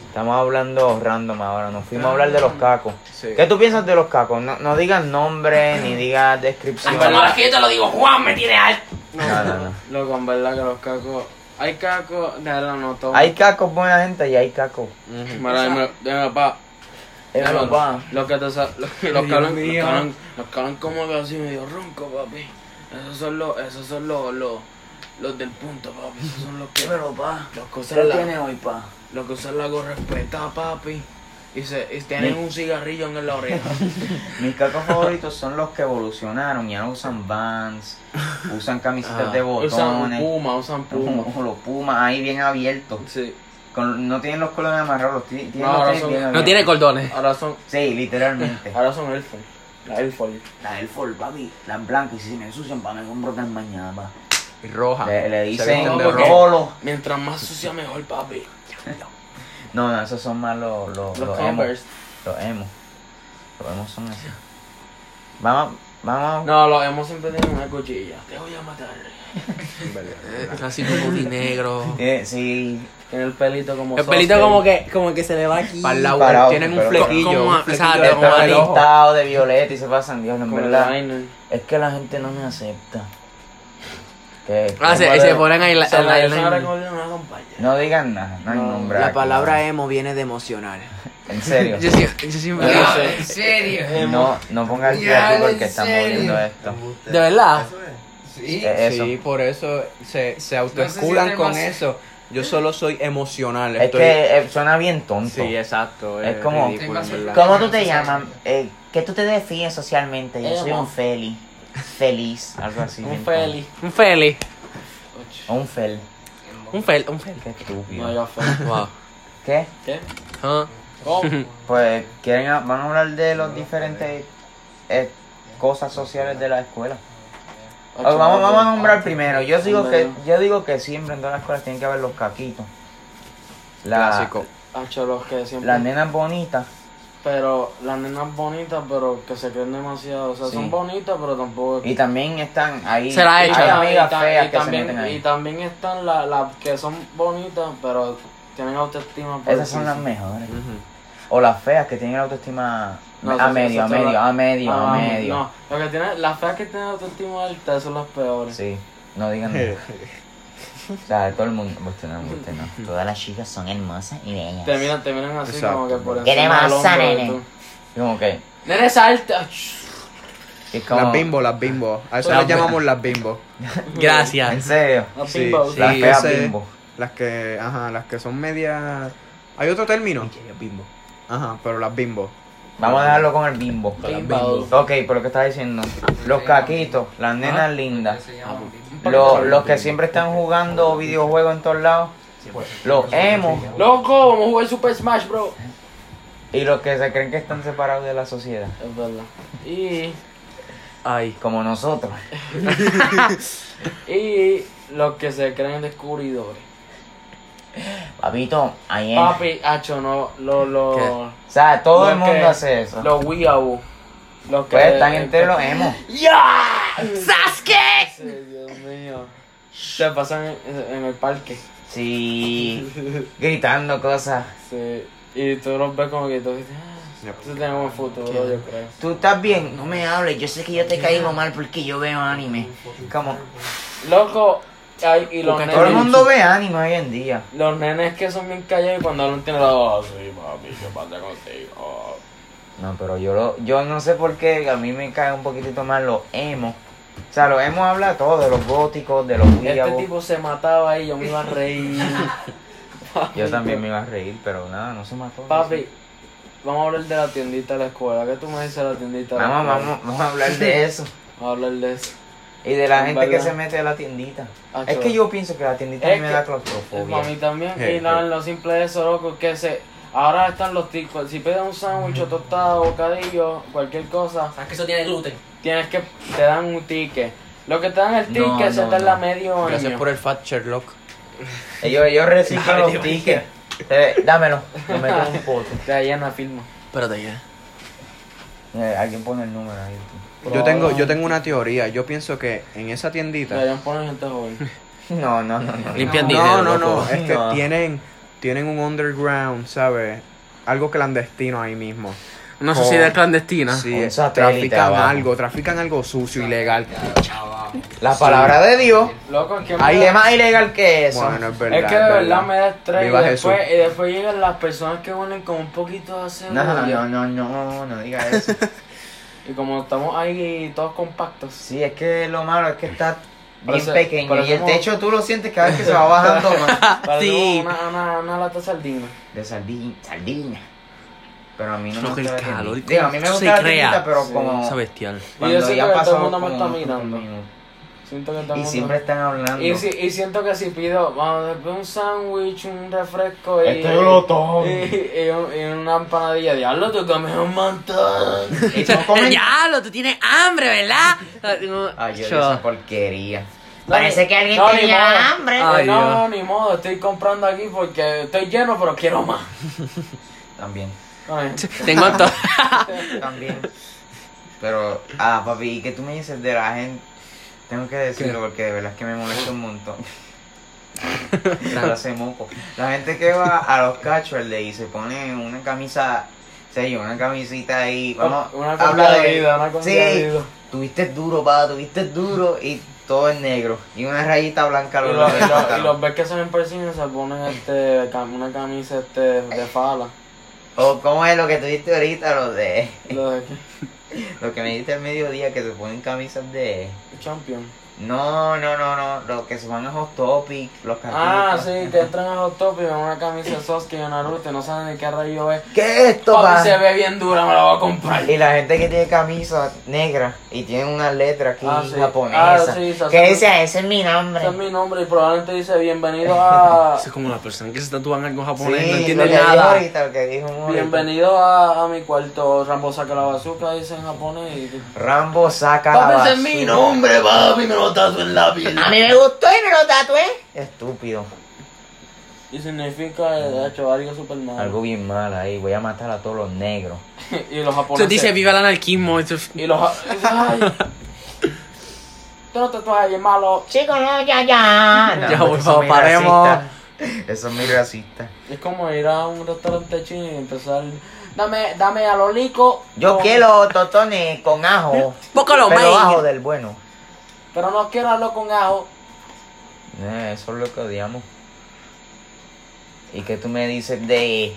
Speaker 2: Estamos hablando random ahora, nos fuimos a hablar de los cacos. ¿Qué tú piensas de los cacos? No, no digas nombre ni digas descripción.
Speaker 6: yo te lo digo, Juan me tiene alto.
Speaker 2: No, no, no.
Speaker 3: Loco, en verdad que los cacos. Hay cacos, de la no tomo.
Speaker 2: Hay cacos buena gente y hay cacos.
Speaker 3: Mira, dímelo, dímelo, pa.
Speaker 2: Eh,
Speaker 3: Dímelo,
Speaker 2: papá,
Speaker 3: Los que te sa- los, los que hablan, los que hablan- los que hablan como que así medio ronco, papi. Esos son los, esos son los, los, los del punto, papi. Esos son los que.
Speaker 2: Dímelo, pa.
Speaker 3: Los que
Speaker 2: ¿Qué
Speaker 3: usan
Speaker 2: tienes
Speaker 3: la,
Speaker 2: hoy, pa?
Speaker 3: los que usan la gorrespeta, papi. Y, se, y tienen un cigarrillo en la oreja.
Speaker 2: Mis cacos favoritos son los que evolucionaron. Ya no usan bands, usan camisetas de
Speaker 3: Ah. usan
Speaker 2: botones,
Speaker 3: puma, usan puma.
Speaker 2: como los pumas ahí bien abiertos.
Speaker 3: Sí.
Speaker 2: Con- no tienen los colores amarrados, los ti- tienen
Speaker 3: No,
Speaker 2: los
Speaker 3: ahora
Speaker 2: tenis
Speaker 3: son-
Speaker 2: bien
Speaker 3: no
Speaker 2: abiertos.
Speaker 6: cordones.
Speaker 3: Ahora son,
Speaker 2: Sí, literalmente.
Speaker 3: ahora son elfos. La elfo.
Speaker 2: La del Ford, papi, la en blanca, y si se me ensucian, van a comprar tan mañana, pa.
Speaker 4: Y
Speaker 3: Ah.
Speaker 4: roja.
Speaker 2: Le, le
Speaker 4: Se
Speaker 2: dicen
Speaker 4: visten de
Speaker 3: No, porque-
Speaker 4: rojo.
Speaker 2: rolo.
Speaker 3: Mientras más sucia, mejor, papi.
Speaker 2: No, no, esos son más los, los,
Speaker 3: Los
Speaker 2: los emo.
Speaker 3: Converse.
Speaker 2: Los emo. Los emo son así. Vamos, vamos.
Speaker 3: No, los hemos siempre tienen una cuchilla. Te voy a matar.
Speaker 6: Así como mi negro.
Speaker 2: Eh, sí,
Speaker 3: Tiene el pelito como. eh.
Speaker 6: El pelito
Speaker 3: sostén.
Speaker 6: como que, como que se le va aquí.
Speaker 1: Para el lado,
Speaker 2: Parado,
Speaker 1: tienen un
Speaker 2: pero-
Speaker 1: flequillo.
Speaker 6: Como-
Speaker 1: un flequillo
Speaker 4: Ah,
Speaker 6: exacto,
Speaker 1: de
Speaker 6: como
Speaker 2: está
Speaker 1: tapa del
Speaker 6: anillo.
Speaker 1: ojo.
Speaker 2: pintado de violeta y se pasan, Dios, en
Speaker 3: Como el
Speaker 2: verdad.
Speaker 3: liner.
Speaker 2: Es que la gente no me acepta. Que-
Speaker 6: Ah, se,
Speaker 2: que-
Speaker 6: se ponen ahí la,
Speaker 3: Se la
Speaker 6: la-
Speaker 3: hizo ahora
Speaker 6: la-
Speaker 3: con una compañera.
Speaker 2: No digan nada, no hay
Speaker 3: No,
Speaker 2: nombre.
Speaker 1: La
Speaker 2: aquí,
Speaker 1: palabra emo viene de emocional.
Speaker 2: no. En serio.
Speaker 6: Yo, sie- yo siempre digo,
Speaker 3: Ya,
Speaker 6: de
Speaker 3: en
Speaker 6: serio.
Speaker 2: No, no pongas el pie
Speaker 6: Ya,
Speaker 2: aquí
Speaker 6: en
Speaker 2: porque estamos
Speaker 6: serio.
Speaker 2: viendo esto.
Speaker 6: verdad.
Speaker 2: Eh,
Speaker 6: Sí.
Speaker 2: Eso.
Speaker 1: Sí, por eso se, se
Speaker 6: No
Speaker 1: autoexculan
Speaker 6: sé si
Speaker 1: con
Speaker 6: temas-
Speaker 1: eso. Yo solo soy emocional.
Speaker 2: Es
Speaker 1: estoy-
Speaker 2: que eh, suena bien tonto.
Speaker 4: Sí, exacto.
Speaker 2: Es como-
Speaker 4: ridículo, en
Speaker 6: Tengo
Speaker 4: verdad.
Speaker 2: ¿Cómo tú te
Speaker 6: Sí,
Speaker 2: llamas?
Speaker 6: sí.
Speaker 2: Eh, ¿Qué tú te defines socialmente? Yo soy
Speaker 3: Emo.
Speaker 2: un Feli. Feliz, algo así.
Speaker 3: Eh, Un
Speaker 2: bien
Speaker 3: Feli.
Speaker 6: Un Feli.
Speaker 2: tonto. O un Fel.
Speaker 6: Un Fel, un Fel.
Speaker 2: Qué estúpido.
Speaker 3: No, yo Feli.
Speaker 6: Wow.
Speaker 2: ¿Qué?
Speaker 3: ¿Qué?
Speaker 6: Ah.
Speaker 3: Oh,
Speaker 2: Pues, ¿quieren a- van a hablar de los diferentes eh, cosas sociales de la escuela. O vamos, vamos a nombrar primero. Yo digo que yo digo que siempre en todas las escuelas tienen que haber los caquitos. La,
Speaker 4: Clásico.
Speaker 3: Hacho, los que siempre.
Speaker 2: Las nenas bonitas.
Speaker 3: Pero las nenas bonitas, pero que se creen demasiado. O sea,
Speaker 2: Sí.
Speaker 3: son bonitas, pero tampoco. es-
Speaker 2: Y también están ahí.
Speaker 5: Se la
Speaker 2: hay
Speaker 5: echan.
Speaker 2: amigas
Speaker 3: ta-
Speaker 2: feas que
Speaker 3: también,
Speaker 2: se meten
Speaker 3: y
Speaker 2: ahí.
Speaker 3: también están la- las que son bonitas, pero tienen autoestima. por
Speaker 2: Esas son
Speaker 3: sí,
Speaker 2: las
Speaker 3: sí.
Speaker 2: mejores.
Speaker 4: Ujú.
Speaker 2: O las feas que tienen la autoestima
Speaker 3: No,
Speaker 2: a,
Speaker 3: esas-
Speaker 2: medio, a
Speaker 3: esas son
Speaker 2: medio,
Speaker 3: las-
Speaker 2: a medio, a
Speaker 3: Ah,
Speaker 2: medio,
Speaker 3: No, lo que tienen, las feas que tienen autoestima alta son las peores.
Speaker 2: Sí, no digan nada. O sea, todo el mundo. Usted no, usted no. Todas las chicas son hermosas y bellas.
Speaker 3: Te miran, te miran así
Speaker 4: Exacto.
Speaker 3: como que por
Speaker 2: ¿Qué te
Speaker 3: encima del
Speaker 2: pasa,
Speaker 3: hombro de
Speaker 2: nene?
Speaker 3: tú.
Speaker 2: Como que.
Speaker 3: Nene, salta.
Speaker 2: Es como.
Speaker 4: Las bimbo, las bimbo. A eso
Speaker 2: Las
Speaker 4: las llamamos las bimbo.
Speaker 5: Gracias.
Speaker 2: En serio.
Speaker 3: Las
Speaker 4: Sí,
Speaker 3: bimbos.
Speaker 4: sí.
Speaker 2: Las feas
Speaker 4: ese-
Speaker 2: bimbo.
Speaker 4: Las que, ajá, las que son medias. Hay otro término. Ajá, pero las bimbo.
Speaker 2: Vamos a dejarlo con el bimbo.
Speaker 3: Bimbos.
Speaker 2: Ok, por lo que estás diciendo. Los caquitos,
Speaker 3: Ah,
Speaker 2: las nenas lindas.
Speaker 6: Se llama
Speaker 2: Los, los que siempre están jugando videojuegos en todos lados. Los emos.
Speaker 3: Loco, vamos a jugar Super Smash, bro.
Speaker 2: Y los que se creen que están separados de la sociedad.
Speaker 3: Es verdad. Y,
Speaker 5: Ay.
Speaker 2: Como nosotros.
Speaker 3: y los que se creen descubridores.
Speaker 2: Papito, ahí es.
Speaker 3: Papi, hacho, no, los,
Speaker 5: ¿Qué?
Speaker 3: los,
Speaker 2: O sea, todo
Speaker 3: Los
Speaker 2: el mundo
Speaker 3: que-
Speaker 2: hace eso.
Speaker 3: los weeaboo. Los que...
Speaker 2: Pues están
Speaker 3: eh,
Speaker 2: entre los emos.
Speaker 3: que- Sí, Dios mío. Se pasan en, en el parque.
Speaker 2: Sí. Gritando cosas.
Speaker 3: Sí. Y tú los ves como que tú dices, ah, tú tenemos futuro, yo creo.
Speaker 2: ¿Tú estás bien? No me hables. Yo sé que yo te caigo mal porque yo veo anime. Como.
Speaker 3: Loco, ay, y los nenes...
Speaker 2: Todo el mundo ve anime hoy en día.
Speaker 3: Los nenes que son bien callados y cuando hablan tienen la voz así, papi, ¿qué pasa contigo? Oh".
Speaker 2: No, pero yo lo, yo no sé por qué, a mí me cae un poquitito más los emos. O sea, los emos habla todo, de los góticos, de los
Speaker 3: Este
Speaker 2: guiabos.
Speaker 3: tipo se mataba ahí, yo me iba a reír.
Speaker 2: Yo también me iba a reír, pero nada, no se mató.
Speaker 3: Papi, vamos a hablar de la tiendita de la escuela. ¿Qué tú me dices de la tiendita de la
Speaker 2: Vamos,
Speaker 3: escuela?
Speaker 2: vamos, vamos a hablar de eso.
Speaker 3: Vamos a hablar de eso.
Speaker 2: Y de la
Speaker 3: En
Speaker 2: gente que
Speaker 3: verdad.
Speaker 2: se mete a la tiendita.
Speaker 3: Ah,
Speaker 2: Es que
Speaker 3: chaval.
Speaker 2: yo pienso que la tiendita a
Speaker 3: Es
Speaker 2: mí me
Speaker 3: que-
Speaker 2: da
Speaker 3: Eh, Mami
Speaker 2: claustrofobia.
Speaker 3: también,
Speaker 4: Hey,
Speaker 3: y nada,
Speaker 4: hey.
Speaker 3: lo simple de eso, loco, que se... Ahora están los ticos, si pides un sándwich, o tostada, bocadillo, cualquier cosa,
Speaker 5: ¿Sabes Ah, que eso tiene gluten?
Speaker 3: tienes que... te dan un ticket. Lo que te dan el ticket
Speaker 2: No,
Speaker 3: se
Speaker 2: no,
Speaker 3: tarda
Speaker 2: no.
Speaker 3: medio año.
Speaker 1: Gracias por el fact, Sherlock.
Speaker 2: Ellos, ellos reciclan los tickets. Eh, dámelo, me meto en un pote.
Speaker 3: De ahí en la firma.
Speaker 5: Espérate, ¿qué?
Speaker 2: Eh, alguien pone el número ahí.
Speaker 4: Yo tengo, yo tengo una teoría. Yo pienso que en esa tiendita.
Speaker 3: Deberían poner gente joven.
Speaker 2: No, no, no, no.
Speaker 5: Limpian
Speaker 4: No,
Speaker 5: dinero,
Speaker 4: no, no.
Speaker 5: loco.
Speaker 4: Es que
Speaker 2: No.
Speaker 4: tienen, tienen un underground, ¿sabes? Algo clandestino ahí mismo.
Speaker 5: Una
Speaker 4: Con-
Speaker 5: sociedad clandestina.
Speaker 4: Sí,
Speaker 2: Un satélite
Speaker 4: trafican
Speaker 2: abajo.
Speaker 4: algo, trafican algo sucio, ilegal.
Speaker 2: La palabra de Dios.
Speaker 3: Loco, es que me
Speaker 2: Hay
Speaker 3: da-
Speaker 2: que más ilegal que eso.
Speaker 4: Bueno, es verdad.
Speaker 3: Es que de verdad, me da estrés. Y
Speaker 4: Viva
Speaker 3: después,
Speaker 4: Jesús.
Speaker 3: y después llegan las personas que huelen con un poquito de aceite.
Speaker 2: No, no, no, no, no, no diga eso.
Speaker 3: Y como estamos ahí todos compactos.
Speaker 2: Sí, es que lo malo es que está
Speaker 3: Por
Speaker 2: bien
Speaker 3: eso- por
Speaker 2: pequeño
Speaker 3: eso
Speaker 2: y el
Speaker 3: hemos-
Speaker 2: techo tú lo sientes cada vez que se va bajando más.
Speaker 3: Parecemos Una, una, una lata de sardina.
Speaker 2: De sardina, sardina. Pero a mí no me
Speaker 5: Lo
Speaker 2: gusta
Speaker 5: que el
Speaker 2: la tiendita.
Speaker 5: calor y
Speaker 2: Digo, a mí
Speaker 5: cómo
Speaker 2: me
Speaker 5: se
Speaker 2: gusta la
Speaker 5: crea.
Speaker 2: tiendita, pero
Speaker 3: Sí.
Speaker 2: como
Speaker 5: Esa bestial.
Speaker 2: cuando
Speaker 3: Y yo
Speaker 2: ya
Speaker 3: sé que
Speaker 2: han
Speaker 3: todo el
Speaker 2: pasado
Speaker 3: mundo me
Speaker 2: como
Speaker 3: está
Speaker 2: unos
Speaker 3: mirando.
Speaker 2: minutos.
Speaker 3: Siento que estamos.
Speaker 2: Y siempre están hablando.
Speaker 3: y, si, y siento que si pido, vamos, después un sándwich, un refresco y.
Speaker 2: Estoy Este glotón.
Speaker 3: y, y un- y una empanadilla. Diablo, tú comes un montón.
Speaker 2: Y no comen.
Speaker 5: Diablo, tú tienes hambre, ¿verdad?
Speaker 2: Ay, yo
Speaker 5: Yo-
Speaker 2: odio esa porquería.
Speaker 3: No,
Speaker 2: Parece
Speaker 3: ni-
Speaker 2: que alguien
Speaker 3: no, ni modo.
Speaker 2: tenía hambre.
Speaker 5: Ay,
Speaker 3: no,
Speaker 5: Dios.
Speaker 3: no, ni modo, estoy comprando aquí porque estoy lleno, pero quiero más.
Speaker 2: También.
Speaker 3: Ay,
Speaker 5: Tengo antojo.
Speaker 2: También. Pero, ah, papi, ¿y qué tú me dices de la gente? Tengo que decirlo porque de verdad es que me molesta un montón. Ahora se moco. La gente que va a los casual y se pone una camisa, sé yo, una camisita ahí. Vamos,
Speaker 3: una
Speaker 2: habla
Speaker 3: cosa de
Speaker 2: de-
Speaker 3: vida, una cosa
Speaker 2: Sí,
Speaker 3: de vida.
Speaker 2: tuviste duro, pa, tuviste duro y todo es negro. Y una rayita blanca a
Speaker 3: Y
Speaker 2: los
Speaker 3: los,
Speaker 2: lados
Speaker 3: y
Speaker 2: del
Speaker 3: los- y
Speaker 2: pantalón.
Speaker 3: los ves que se ven persiguiendo se ponen este, cam- una camisa este, de fala.
Speaker 2: O cómo es lo que tuviste ahorita, lo de.
Speaker 3: Lo de qué?
Speaker 2: Lo que me diste al mediodía, que se ponen camisas de.
Speaker 3: Champion.
Speaker 2: No, no, no, no. Los que se van a Hot Topic, los cartitos.
Speaker 3: Ah, sí, que entran a Hot Topic en una camisa de Sasuke y de Naruto y no saben de qué rayo es.
Speaker 2: ¿Qué es esto,
Speaker 3: Papi,
Speaker 2: pa?
Speaker 3: se ve bien dura, me la voy a comprar.
Speaker 2: Y la gente que tiene camisa negra y tiene una letra aquí
Speaker 3: Ah, sí.
Speaker 2: japonesa.
Speaker 3: Ah, sí, sí,
Speaker 2: que
Speaker 3: sí.
Speaker 2: dice, ese es mi nombre.
Speaker 3: Ese es mi nombre y probablemente dice bienvenido a...
Speaker 5: Es como la persona que se tatúan algo
Speaker 2: Sí,
Speaker 5: japonés, no
Speaker 2: lo
Speaker 5: entiende
Speaker 2: que dijo
Speaker 5: nada.
Speaker 2: ahorita, lo que dijo ahorita.
Speaker 3: Bienvenido a, a mi cuarto, Rambo saca la bazooka, dice en japonés. Y...
Speaker 2: Rambo saca la
Speaker 5: Papi, ese es
Speaker 2: basura.
Speaker 5: mi nombre, papi, me lo tatué en la piel.
Speaker 2: A mí me gustó y me lo tatué. Estúpido.
Speaker 3: Y significa, de hecho, algo súper malo.
Speaker 2: Algo bien mal ahí. Voy a matar a todos los negros.
Speaker 3: y los japoneses.
Speaker 5: Tú dices viva el anarquismo. y tú-
Speaker 3: Y los. ja- Ay. Tú no te tatuajes bien malo.
Speaker 2: No,
Speaker 5: Ya,
Speaker 2: eso
Speaker 5: por
Speaker 2: es
Speaker 5: favor,
Speaker 2: muy
Speaker 5: paremos.
Speaker 2: racista. Eso es muy racista.
Speaker 3: Es como ir a un restaurante chino y empezar. Dame, dame a lo lico.
Speaker 2: Yo
Speaker 3: con-
Speaker 2: quiero totones con ajo.
Speaker 5: Pócalo,
Speaker 2: pero ajo
Speaker 5: man.
Speaker 2: del bueno.
Speaker 3: Pero no quiero algo con ajo.
Speaker 2: Eh, eso es lo que odiamos. ¿Y que tú me dices de...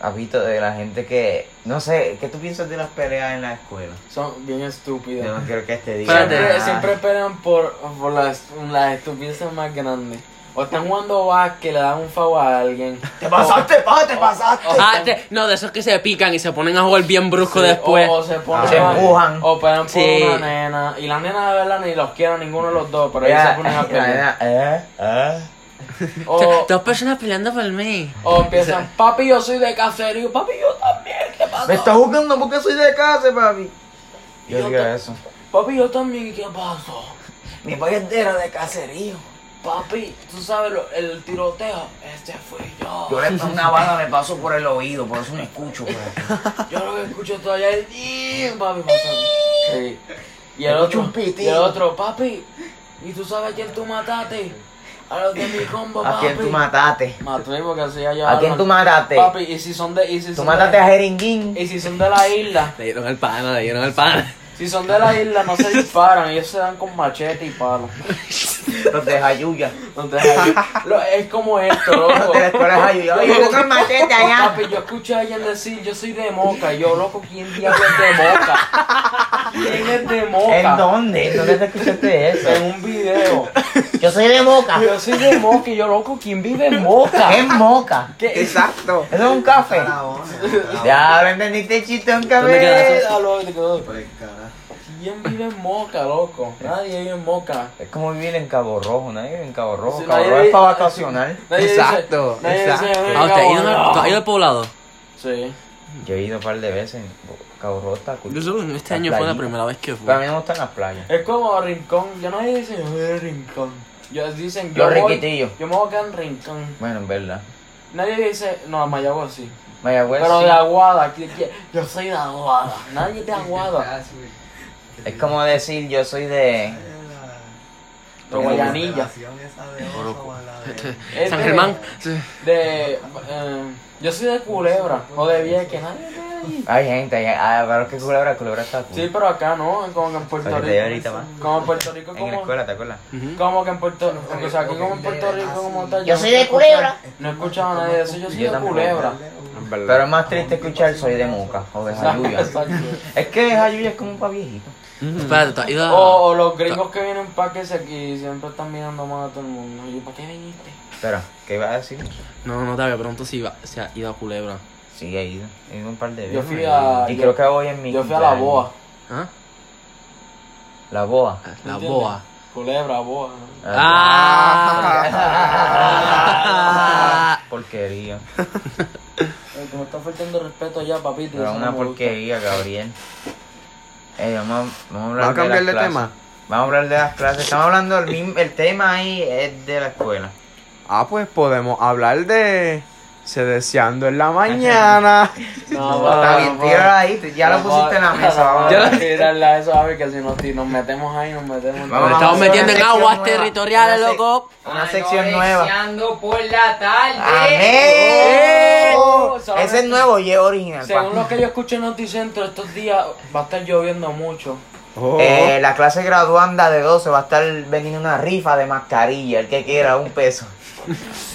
Speaker 2: Habito de la gente que... No sé, ¿qué tú piensas de las peleas en la escuela?
Speaker 3: Son bien
Speaker 2: Yo
Speaker 3: estúpidas.
Speaker 2: no quiero que este diga
Speaker 3: Siempre,
Speaker 2: nada.
Speaker 3: siempre pelean por, por las, las estupideces más grandes. O están jugando básquet, le dan un favor a alguien.
Speaker 2: ¡Te pasaste,
Speaker 3: Oh.
Speaker 2: pa! ¡Te pasaste!
Speaker 5: Ah, te- no, de esos que se pican y se ponen a jugar bien brusco
Speaker 3: Sí,
Speaker 5: después.
Speaker 3: O, o se ponen.
Speaker 2: Ah. Se empujan.
Speaker 3: O pelean por
Speaker 5: Sí.
Speaker 3: una nena. Y las nenas de verdad ni los quieren ninguno de los dos. Pero ellos
Speaker 2: Mira,
Speaker 3: se ponen a
Speaker 2: mira,
Speaker 3: pelear.
Speaker 2: mira, eh, eh.
Speaker 3: O,
Speaker 5: Dos personas peleando por mí.
Speaker 3: o empiezan, papi, yo soy de caserío. Papi, yo también. ¿Qué
Speaker 2: Me
Speaker 3: pasa?
Speaker 2: estás jugando porque soy de casa, papi. Yo digo eso.
Speaker 3: Papi, yo también. ¿y ¿Qué pasó?
Speaker 2: Mi padre entero de caserío.
Speaker 3: Papi, tú sabes lo- el tiroteo. Este fui yo.
Speaker 2: Yo le pongo una bala, me paso por el oído, por eso no escucho. por aquí.
Speaker 3: Yo lo que escucho todavía es "Din", papi pasando. Sí. Y el
Speaker 2: Escucho
Speaker 3: otro,
Speaker 2: un pitido.
Speaker 3: y el otro, papi, ¿y tú sabes a quién tú mataste? A los de mi combo, papi.
Speaker 2: ¿A quién tú mataste?
Speaker 3: Maté porque así allá.
Speaker 2: ¿A quién tú mataste?
Speaker 3: Papi, y si son de, y si
Speaker 2: Tú
Speaker 3: son
Speaker 2: mataste
Speaker 3: de,
Speaker 2: a Jeringuín.
Speaker 3: y si son de la isla,
Speaker 5: Le dieron al pana, le dieron al pana.
Speaker 3: si son de la isla no se disparan, ellos se dan con machete y palo.
Speaker 2: Los de Jayuya.
Speaker 3: Entonces, ahí- lo- es como esto, loco. oh,
Speaker 2: Los de la escuela de Jayuya. Oye, yo con machete allá.
Speaker 3: Papi, yo escuché a alguien decir, yo soy de Moca, y yo loco, ¿quién diablos es de Moca? ¿Quién es de
Speaker 2: ¿En
Speaker 3: Moca?
Speaker 2: dónde? ¿En ¿Dónde te escuchaste eso?
Speaker 3: En un video.
Speaker 2: Yo soy de Moca.
Speaker 3: Yo soy de Moca y yo loco, ¿quién vive en Moca?
Speaker 2: ¿Qué es Moca?
Speaker 3: ¿Qué?
Speaker 6: Exacto.
Speaker 2: ¿Eso es un café? Ya, lo entendiste el chiste de un café.
Speaker 3: Ah, lo- lo- ¿Quién vive en Moca, loco? Nadie vive en Moca.
Speaker 2: Es como vivir en Cabo Rojo, nadie vive en Cabo Rojo.
Speaker 3: Sí,
Speaker 2: Cabo
Speaker 3: nadie
Speaker 2: Rojo es
Speaker 3: vive-
Speaker 2: para vacacionar.
Speaker 3: Nadie dice-
Speaker 6: Exacto,
Speaker 3: nadie dice,
Speaker 6: exacto.
Speaker 3: "Venga,
Speaker 5: Ah, usted ha ido,
Speaker 3: boludo".
Speaker 5: al- ¿tú has ido al poblado.
Speaker 3: Sí.
Speaker 2: Yo he ido un par de veces. Cabo Rojo está cool.
Speaker 5: Yo solo este
Speaker 2: La
Speaker 5: año fue la
Speaker 2: playita.
Speaker 5: primera vez que fui.
Speaker 2: Pero a mí no me gustan las playas.
Speaker 3: Es como rincón. Yo nadie dice, yo soy de rincón. Yo dicen, yo
Speaker 2: Los
Speaker 3: voy-
Speaker 2: riquitillos.
Speaker 3: Yo me voy a quedar en rincón.
Speaker 2: Bueno, en verdad.
Speaker 3: Nadie dice, no, en Mayagüez sí.
Speaker 2: Mayagüez
Speaker 3: Pero
Speaker 2: sí.
Speaker 3: de Aguada, ¿qui- qui- yo soy de Aguada. Nadie de Aguada.
Speaker 2: Es como decir, yo soy de...
Speaker 3: De Guayanilla. Es
Speaker 5: San
Speaker 3: de-
Speaker 5: Germán.
Speaker 3: De. eh, yo soy de Culebra o de Vieques. Nadie de ahí.
Speaker 2: Hay gente, hay... ah, pero que culebra, culebra está cool.
Speaker 3: Sí, pero acá no, como que en Puerto
Speaker 2: Para que te dé
Speaker 3: Rico.
Speaker 2: ahorita, va.
Speaker 3: Como en Puerto Rico,
Speaker 2: En la
Speaker 3: como.
Speaker 2: escuela, ¿te acuerdas?
Speaker 3: Como que en Puerto Rico. O sea, aquí como en Puerto Rico, como tal.
Speaker 2: Yo
Speaker 3: no
Speaker 2: soy de
Speaker 3: he escuchado-
Speaker 2: Culebra.
Speaker 3: No he escuchado a nadie decir, yo soy
Speaker 2: Yo
Speaker 3: de
Speaker 2: tampoco.
Speaker 3: Culebra.
Speaker 2: Pero es más triste escuchar soy de Moca o de Jayuya.
Speaker 3: Exacto.
Speaker 2: es que Jayuya es como para viejito.
Speaker 5: Espérate, tú has ido a...
Speaker 3: O, o los gringos que vienen pa' que se aquí siempre están mirando mal a todo el mundo. Y yo, ¿para qué viniste?
Speaker 2: Espera, ¿qué iba a decir?
Speaker 5: No, no, Tavia, pronto sí va- se ha ido a Culebra.
Speaker 2: Sí, he ido. He ido un par de veces.
Speaker 3: Yo fui a-
Speaker 2: Y
Speaker 3: yo-
Speaker 2: creo que voy en mi...
Speaker 3: Yo fui a la
Speaker 2: cumpleaños.
Speaker 3: boa.
Speaker 5: ¿Ah?
Speaker 2: La boa.
Speaker 5: La
Speaker 3: ¿Entiendes?
Speaker 5: boa.
Speaker 3: Culebra, boa.
Speaker 5: Ah.
Speaker 2: porquería.
Speaker 3: Eh, que me está faltando respeto ya, papito.
Speaker 2: Pero
Speaker 3: eso
Speaker 2: una
Speaker 3: no me gusta.
Speaker 2: porquería, Gabriel. Ey, vamos, a- vamos a hablar
Speaker 4: ¿Vamos a
Speaker 2: de las
Speaker 4: cambiarle
Speaker 2: clases.
Speaker 4: tema?
Speaker 2: Vamos a hablar de las clases. Estamos hablando del mismo, el tema ahí es de la escuela.
Speaker 4: Ah, pues podemos hablar de. Se deseando en la mañana.
Speaker 3: No,
Speaker 2: Oh, está
Speaker 3: va,
Speaker 2: bien,
Speaker 3: va.
Speaker 2: tírala ahí, tú- ya lo
Speaker 3: No,
Speaker 2: pusiste en la
Speaker 3: va.
Speaker 2: mesa. Vamos, a
Speaker 3: Ya
Speaker 2: hablar.
Speaker 3: tirarla a eso, a ver, que si nos, si nos metemos ahí, nos metemos.
Speaker 2: Vamos,
Speaker 5: Nos estamos
Speaker 2: vamos a
Speaker 5: metiendo en
Speaker 2: hacer una
Speaker 5: aguas
Speaker 2: sección nueva.
Speaker 5: territoriales,
Speaker 2: Una sec-
Speaker 5: loco.
Speaker 2: Una sección nueva.
Speaker 6: por la tarde.
Speaker 2: ¡Amén!
Speaker 3: Oh,
Speaker 2: Ese es nuevo y es original.
Speaker 3: Según
Speaker 2: pa.
Speaker 3: lo que yo escuché en Noticentro, estos días va a estar lloviendo mucho.
Speaker 4: Oh.
Speaker 2: Eh, la clase graduanda de 12 va a estar vendiendo una rifa de mascarilla, el que quiera, un peso.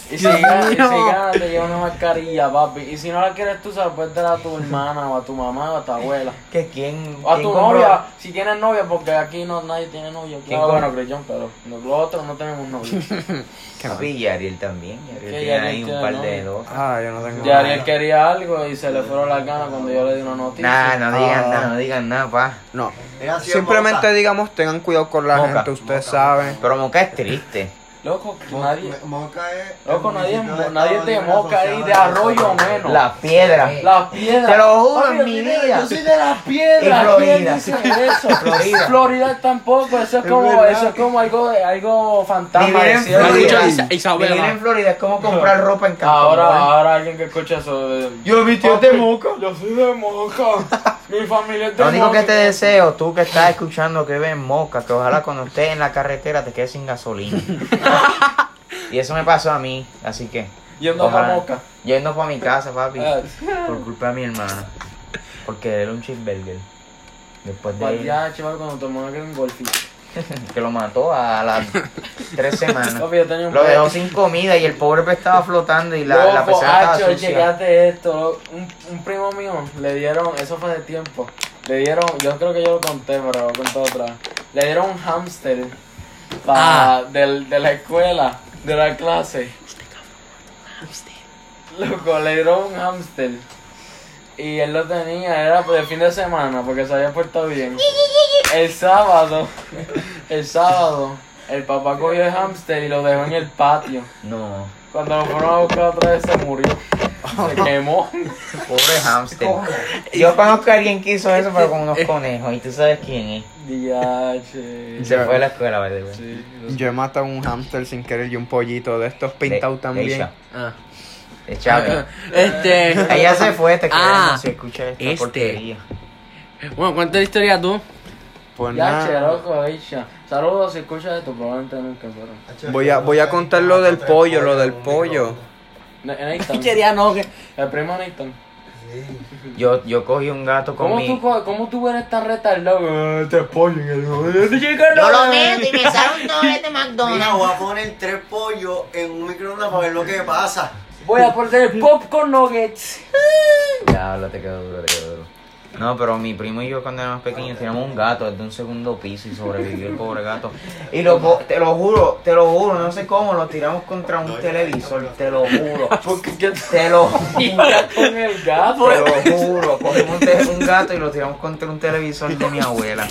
Speaker 3: Y si ganas, y si ganas, te lleva una mascarilla, papi. Y si no la quieres tú, se la puedes dar a tu hermana, o a tu mamá, o a tu abuela.
Speaker 2: Que quién,
Speaker 3: O a
Speaker 2: quién
Speaker 3: tu
Speaker 2: compró-
Speaker 3: novia, si tienes novia, porque aquí no nadie tiene novia.
Speaker 2: ¿Quién
Speaker 3: Claro,
Speaker 2: com-
Speaker 3: bueno, Creyón, pero nosotros no tenemos novia.
Speaker 2: Papi, y Ariel también. y Ariel tiene
Speaker 3: Que Ariel
Speaker 2: ahí un
Speaker 3: tiene
Speaker 2: par
Speaker 3: novia.
Speaker 2: de dos.
Speaker 4: Ah, yo no tengo.
Speaker 3: Y Ariel quería algo y se le fueron las ganas cuando yo le di una noticia.
Speaker 2: Nah, no digan
Speaker 4: Ah.
Speaker 2: nada, no digan nada, pa.
Speaker 4: No. Simplemente digamos, tengan cuidado con la
Speaker 2: Moca.
Speaker 4: gente, ustedes saben.
Speaker 2: Pero Moca es triste.
Speaker 3: Loco, que nadie.
Speaker 7: Moca es.
Speaker 3: Loco,
Speaker 7: el
Speaker 3: nadie,
Speaker 7: municipio de
Speaker 3: nadie
Speaker 7: Carolina
Speaker 3: te moca ahí
Speaker 7: asociado
Speaker 3: de
Speaker 7: a la
Speaker 3: arroyo
Speaker 7: República.
Speaker 3: menos.
Speaker 2: La piedra.
Speaker 3: Las piedras.
Speaker 2: Te lo juro,
Speaker 3: Papi,
Speaker 2: en
Speaker 3: yo
Speaker 2: mi
Speaker 3: soy de-
Speaker 2: vida.
Speaker 3: Yo soy de las piedras.
Speaker 2: Y
Speaker 3: ¿quién
Speaker 2: Florida.
Speaker 3: dice eso?
Speaker 2: Florida.
Speaker 3: Florida tampoco. Eso es como,
Speaker 7: verdad.
Speaker 3: eso es como algo, de- algo fantasma.
Speaker 2: Vivir
Speaker 3: del
Speaker 2: en
Speaker 3: cielo.
Speaker 2: Florida.
Speaker 8: Escucha, Isa- Isabela.
Speaker 2: Vivir en Florida es como comprar ropa en Cancún.
Speaker 3: Ahora,
Speaker 2: ¿verdad?
Speaker 3: ahora alguien que escucha eso. de-
Speaker 2: Yo mi tío
Speaker 3: Papi,
Speaker 2: de Moca.
Speaker 3: Yo soy de Moca. Mi familia es de
Speaker 2: Lo único
Speaker 3: Moca.
Speaker 2: que te deseo, tú que estás escuchando que ves moca, que ojalá cuando estés en la carretera te quedes sin gasolina. y eso me pasó a mí, así que.
Speaker 3: Yendo
Speaker 2: ojalá.
Speaker 3: a Moca.
Speaker 2: Yendo para mi casa, papi.
Speaker 3: Ah,
Speaker 2: Por culpa de mi hermana. Porque era un cheeseburger. Después
Speaker 3: Pues
Speaker 2: de
Speaker 3: ya, chaval, cuando tomó aquel golfi.
Speaker 2: que lo mató a las tres semanas.
Speaker 3: Papi, yo tenía un
Speaker 2: Lo
Speaker 3: pe-
Speaker 2: dejó sin comida y el pobre pues estaba flotando y la, la
Speaker 3: Loco,
Speaker 2: pecera estaba
Speaker 3: Acho,
Speaker 2: sucia.
Speaker 3: chequeate esto. lo- Un, un primo mío le dieron, eso fue de tiempo. Le dieron, yo creo que yo lo conté, pero lo conté otra. vez. Le dieron un hámster pa- del- de la escuela, de la clase. Loco, le dieron un hámster. Y él lo tenía, era de fin de semana, porque se había puesto bien. El sábado, el sábado, el papá cogió el hámster y lo dejó en el patio.
Speaker 2: No,
Speaker 3: Cuando lo fueron a buscar otra vez se murió. Se quemó.
Speaker 2: pobre hamster. Yo conozco a alguien que hizo eso, pero con unos conejos. Y tú sabes quién es.
Speaker 3: Diache.
Speaker 2: Y se fue a la escuela, by the way.
Speaker 3: Sí, lo sé.
Speaker 1: Yo he matado un hámster sin querer y un pollito de estos pintados
Speaker 2: De-
Speaker 1: también.
Speaker 2: De,
Speaker 8: Ah.
Speaker 2: de Chávez.
Speaker 8: Este.
Speaker 2: Ella se fue, te queremos
Speaker 8: Ah,
Speaker 2: si escuchas esta
Speaker 8: este.
Speaker 2: porquería.
Speaker 8: Bueno, cuenta la historia tú.
Speaker 1: Pues
Speaker 3: Diache,
Speaker 1: nada.
Speaker 3: loco, bicha. Saludos, si escuchas esto, probablemente nunca fueron.
Speaker 1: Voy a, voy a contar lo del pollo, lo del pollo.
Speaker 3: eh, Nathan.
Speaker 8: Pichería no, que.
Speaker 3: El primo Nathan.
Speaker 2: Yo, yo cogí un gato con
Speaker 3: ¿Cómo
Speaker 2: mi...
Speaker 3: tú, co- ¿Cómo tú eres tan retardado? Eh, Te pollo en el...
Speaker 9: Yo lo meto y me sale un doble de McDonald's.
Speaker 7: Mira, voy a poner tres pollos en un microondas para ver lo que pasa.
Speaker 3: Voy a poner el popcorn nuggets.
Speaker 2: Diablo, te quedó duro, te quedó duro. No, pero mi primo y yo cuando éramos pequeños teníamos un gato desde un segundo piso y sobrevivió el pobre gato. Y lo, co- te lo juro, te lo juro, no sé cómo, lo tiramos contra un televisor, te lo juro.
Speaker 3: Porque qué
Speaker 2: Te lo juro.
Speaker 3: con el gato.
Speaker 2: Te lo juro, cogimos un, te- un gato y lo tiramos contra un televisor de mi abuela.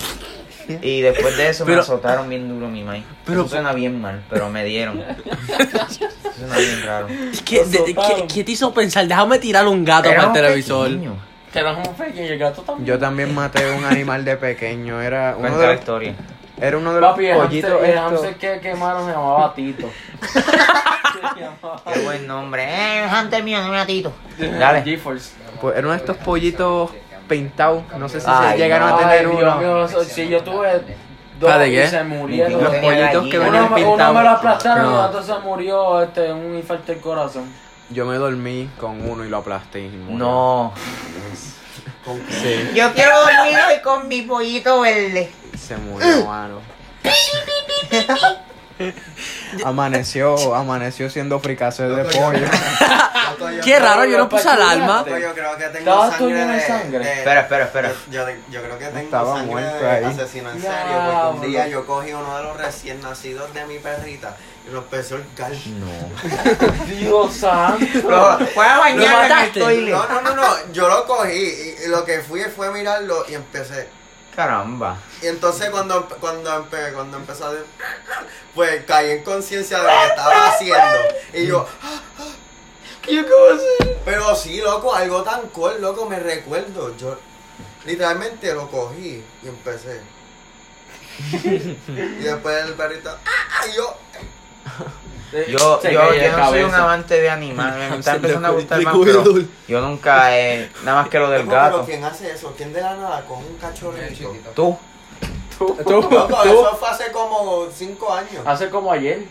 Speaker 2: Y después de eso me azotaron bien duro mi maíz. Eso suena bien mal, pero me dieron. Eso suena bien raro.
Speaker 8: ¿Qué,
Speaker 3: Lo
Speaker 8: de-
Speaker 3: soltaron.
Speaker 8: qué- qué te hizo pensar? Déjame tirar un gato para el
Speaker 2: Éramos
Speaker 8: televisor.
Speaker 2: pequeños.
Speaker 3: Te lo un pequeño y el gato también.
Speaker 1: Yo también maté un animal de pequeño. Era uno
Speaker 2: Cuenta la
Speaker 1: de los,
Speaker 2: historia.
Speaker 1: era uno de los
Speaker 3: Papi, el
Speaker 1: pollitos.
Speaker 3: hamster, el
Speaker 1: estos.
Speaker 3: hamster que quemaron se llamaba Tito. Se llamaba-
Speaker 2: Qué buen nombre, eh.
Speaker 9: Eh, Hunter mío, no me atito.
Speaker 2: Dale.
Speaker 3: GeForce.
Speaker 1: Pues eran estos pollitos pintados. No sé si
Speaker 2: Ay,
Speaker 1: se llegaron a
Speaker 3: Ah, Ay,
Speaker 1: tener
Speaker 3: Dios
Speaker 1: uno.
Speaker 3: mío, eso- sí, yo tuve dos
Speaker 8: Espérate,
Speaker 3: y
Speaker 8: ¿qué?
Speaker 3: se murieron.
Speaker 1: Los pollitos que
Speaker 2: Uno
Speaker 3: Uno,
Speaker 1: venían
Speaker 3: me- uno me lo
Speaker 1: pintados.
Speaker 3: aplastaron y
Speaker 8: No.
Speaker 3: el otro se murió este, un infarto del corazón.
Speaker 1: Yo me dormí con uno y lo aplasté. y murió.
Speaker 2: No.
Speaker 1: Sí,
Speaker 9: Yo quiero dormir hoy con mi pollito verde.
Speaker 1: se
Speaker 4: Uh.
Speaker 1: murió, mano. Amaneció, amaneció siendo fricase de pollo.
Speaker 8: Qué raro, yo no puse
Speaker 3: ¿eh?
Speaker 8: alarma.
Speaker 7: Loco, yo creo que tengo
Speaker 3: Estabas tú
Speaker 7: sangre
Speaker 3: lleno de
Speaker 7: de...
Speaker 3: sangre.
Speaker 7: de-
Speaker 2: Espera, espera, espera.
Speaker 7: Yo, yo creo que tengo
Speaker 1: Estaba
Speaker 7: sangre
Speaker 1: muerto
Speaker 7: de
Speaker 1: ahí.
Speaker 7: asesino en serio,
Speaker 3: Diablo.
Speaker 7: porque un día yo cogí uno de los recién nacidos de mi perrita y lo empezó el cal.
Speaker 2: No.
Speaker 3: Dios santo.
Speaker 2: Pero, voy a
Speaker 8: ¿Lo mataste?
Speaker 7: No, no, no, no, yo lo cogí y, y lo que fui fue mirarlo y empecé.
Speaker 2: Caramba.
Speaker 7: Y entonces cuando, cuando, empe- cuando empezó a hacer- pues caí en conciencia de lo que estaba haciendo. Y yo, pero sí, loco, algo tan cool, loco, me recuerdo. Yo literalmente lo cogí y empecé. y después el perrito, ¡ah! y yo,
Speaker 3: Eh,
Speaker 2: Yo,
Speaker 3: Se
Speaker 2: yo,
Speaker 3: cayó de
Speaker 2: yo no soy un
Speaker 3: cabeza.
Speaker 2: amante de animales. Me está empezando a gustar más, pero yo nunca, eh, nada más que lo del
Speaker 7: Loco, pero
Speaker 2: gato.
Speaker 7: ¿quién hace eso? ¿Quién de la nada coge un cachorrito?
Speaker 2: Tú.
Speaker 7: Loco, eso fue hace como 5 años.
Speaker 3: Hace como ayer.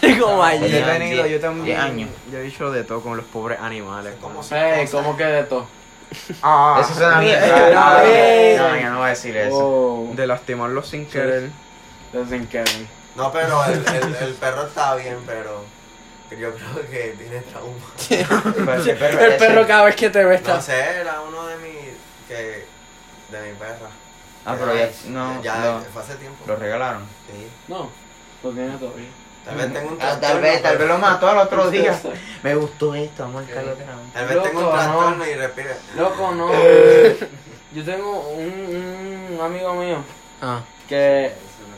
Speaker 8: Como
Speaker 1: Yo
Speaker 8: ayer.
Speaker 1: he
Speaker 2: Tenía
Speaker 1: tenido,
Speaker 2: diez-
Speaker 1: yo también.
Speaker 2: diez años.
Speaker 1: Yo he dicho de todo con los pobres animales.
Speaker 7: Como cinco
Speaker 3: Ey,
Speaker 7: años.
Speaker 3: ¿cómo que de todo?
Speaker 2: Eso suena bien.
Speaker 3: Bien.
Speaker 2: raro.
Speaker 3: Bien.
Speaker 2: No, yo no voy a decir eso.
Speaker 3: Oh,
Speaker 1: De lastimarlos sin querer.
Speaker 3: Doesn't carry.
Speaker 7: No, pero el, el, el perro está bien, pero yo creo que tiene trauma.
Speaker 2: Pero ese perro-
Speaker 8: El
Speaker 2: ese-
Speaker 8: perro cada vez que te ve
Speaker 7: No
Speaker 8: está.
Speaker 7: sé, era uno de mis. que. de mi perra.
Speaker 2: Ah, pero ya. No,
Speaker 7: ya
Speaker 2: no,
Speaker 7: fue hace tiempo.
Speaker 2: Lo regalaron.
Speaker 7: Sí.
Speaker 3: No, lo tiene todavía.
Speaker 7: Tal vez tengo un
Speaker 2: Ah,
Speaker 7: trastorno.
Speaker 2: Tal vez, tal vez
Speaker 7: pero-
Speaker 2: lo mató al otro día. Me gustó esto, amor, tal vez.
Speaker 7: Tal vez tengo
Speaker 3: Loco,
Speaker 7: un
Speaker 3: no.
Speaker 7: trastorno y respira.
Speaker 3: Loco, no. Yo tengo un, un amigo mío
Speaker 8: Ah.
Speaker 3: que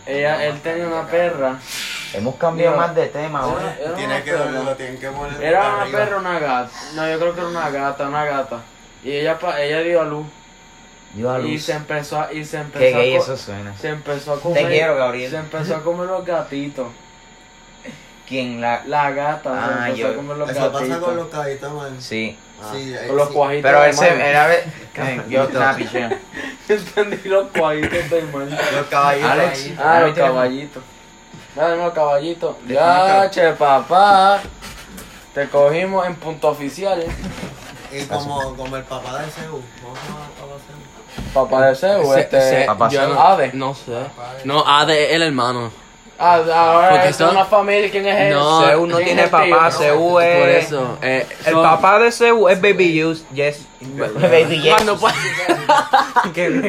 Speaker 3: ella, él tenía una perra
Speaker 2: Hemos cambiado más de tema ahora.
Speaker 3: Era
Speaker 7: Tiene
Speaker 3: una
Speaker 7: que,
Speaker 3: perra.
Speaker 7: lo tienen que poner.
Speaker 3: Era una
Speaker 7: arriba.
Speaker 3: perra o una gata. No, yo creo que era una gata, una gata. Y ella pa- ella dio a luz.
Speaker 2: Dios a
Speaker 3: Y
Speaker 2: luz.
Speaker 3: se empezó a, y se empezó
Speaker 2: Qué
Speaker 3: a
Speaker 2: gay
Speaker 3: co-
Speaker 2: eso suena.
Speaker 3: se empezó a comer.
Speaker 2: quiero, Gabriel.
Speaker 3: Se empezó a comer los gatitos.
Speaker 2: ¿Quién la...?
Speaker 3: La gata
Speaker 2: Ah,
Speaker 3: se empezó
Speaker 2: yo-
Speaker 3: a comer los
Speaker 7: Eso pasa con
Speaker 3: gatitos.
Speaker 7: los cajitos, man. Ah.
Speaker 2: Sí.
Speaker 7: Sí, ahí
Speaker 3: Con los
Speaker 7: sí.
Speaker 3: cuajitos.
Speaker 2: Pero
Speaker 3: de
Speaker 2: él se...
Speaker 3: mano.
Speaker 2: Era... eh, Yo estaba pichea.
Speaker 3: Entendí los cuajitos de mano.
Speaker 7: Los caballitos.
Speaker 2: Alex.
Speaker 3: Ah,
Speaker 2: Ahí
Speaker 3: los
Speaker 2: tenemos.
Speaker 3: caballitos. Ah, no, caballito. Ya, che, papá. Te cogimos en punto oficial. eh.
Speaker 7: Y como, como el papá de Seúl. ¿Cómo se llama el papá de Seúl?
Speaker 3: Papá de Sebo, este.
Speaker 2: Papá
Speaker 3: yo-
Speaker 2: Sebo.
Speaker 3: Ade.
Speaker 5: No sé. No, Ade es el hermano.
Speaker 3: Ah, ahora
Speaker 5: Porque
Speaker 3: es
Speaker 5: son-
Speaker 3: una familia. ¿Quién es él?
Speaker 5: No,
Speaker 4: Seúl Eh, no
Speaker 3: ¿Quién
Speaker 4: tiene
Speaker 3: es el tío?
Speaker 4: papá,
Speaker 3: No.
Speaker 4: Seúl
Speaker 5: Por
Speaker 4: es...
Speaker 5: eso. eh,
Speaker 4: El
Speaker 5: son-
Speaker 4: papá de Seúl es Baby Use, yes.
Speaker 2: Baby
Speaker 5: Cuando puede-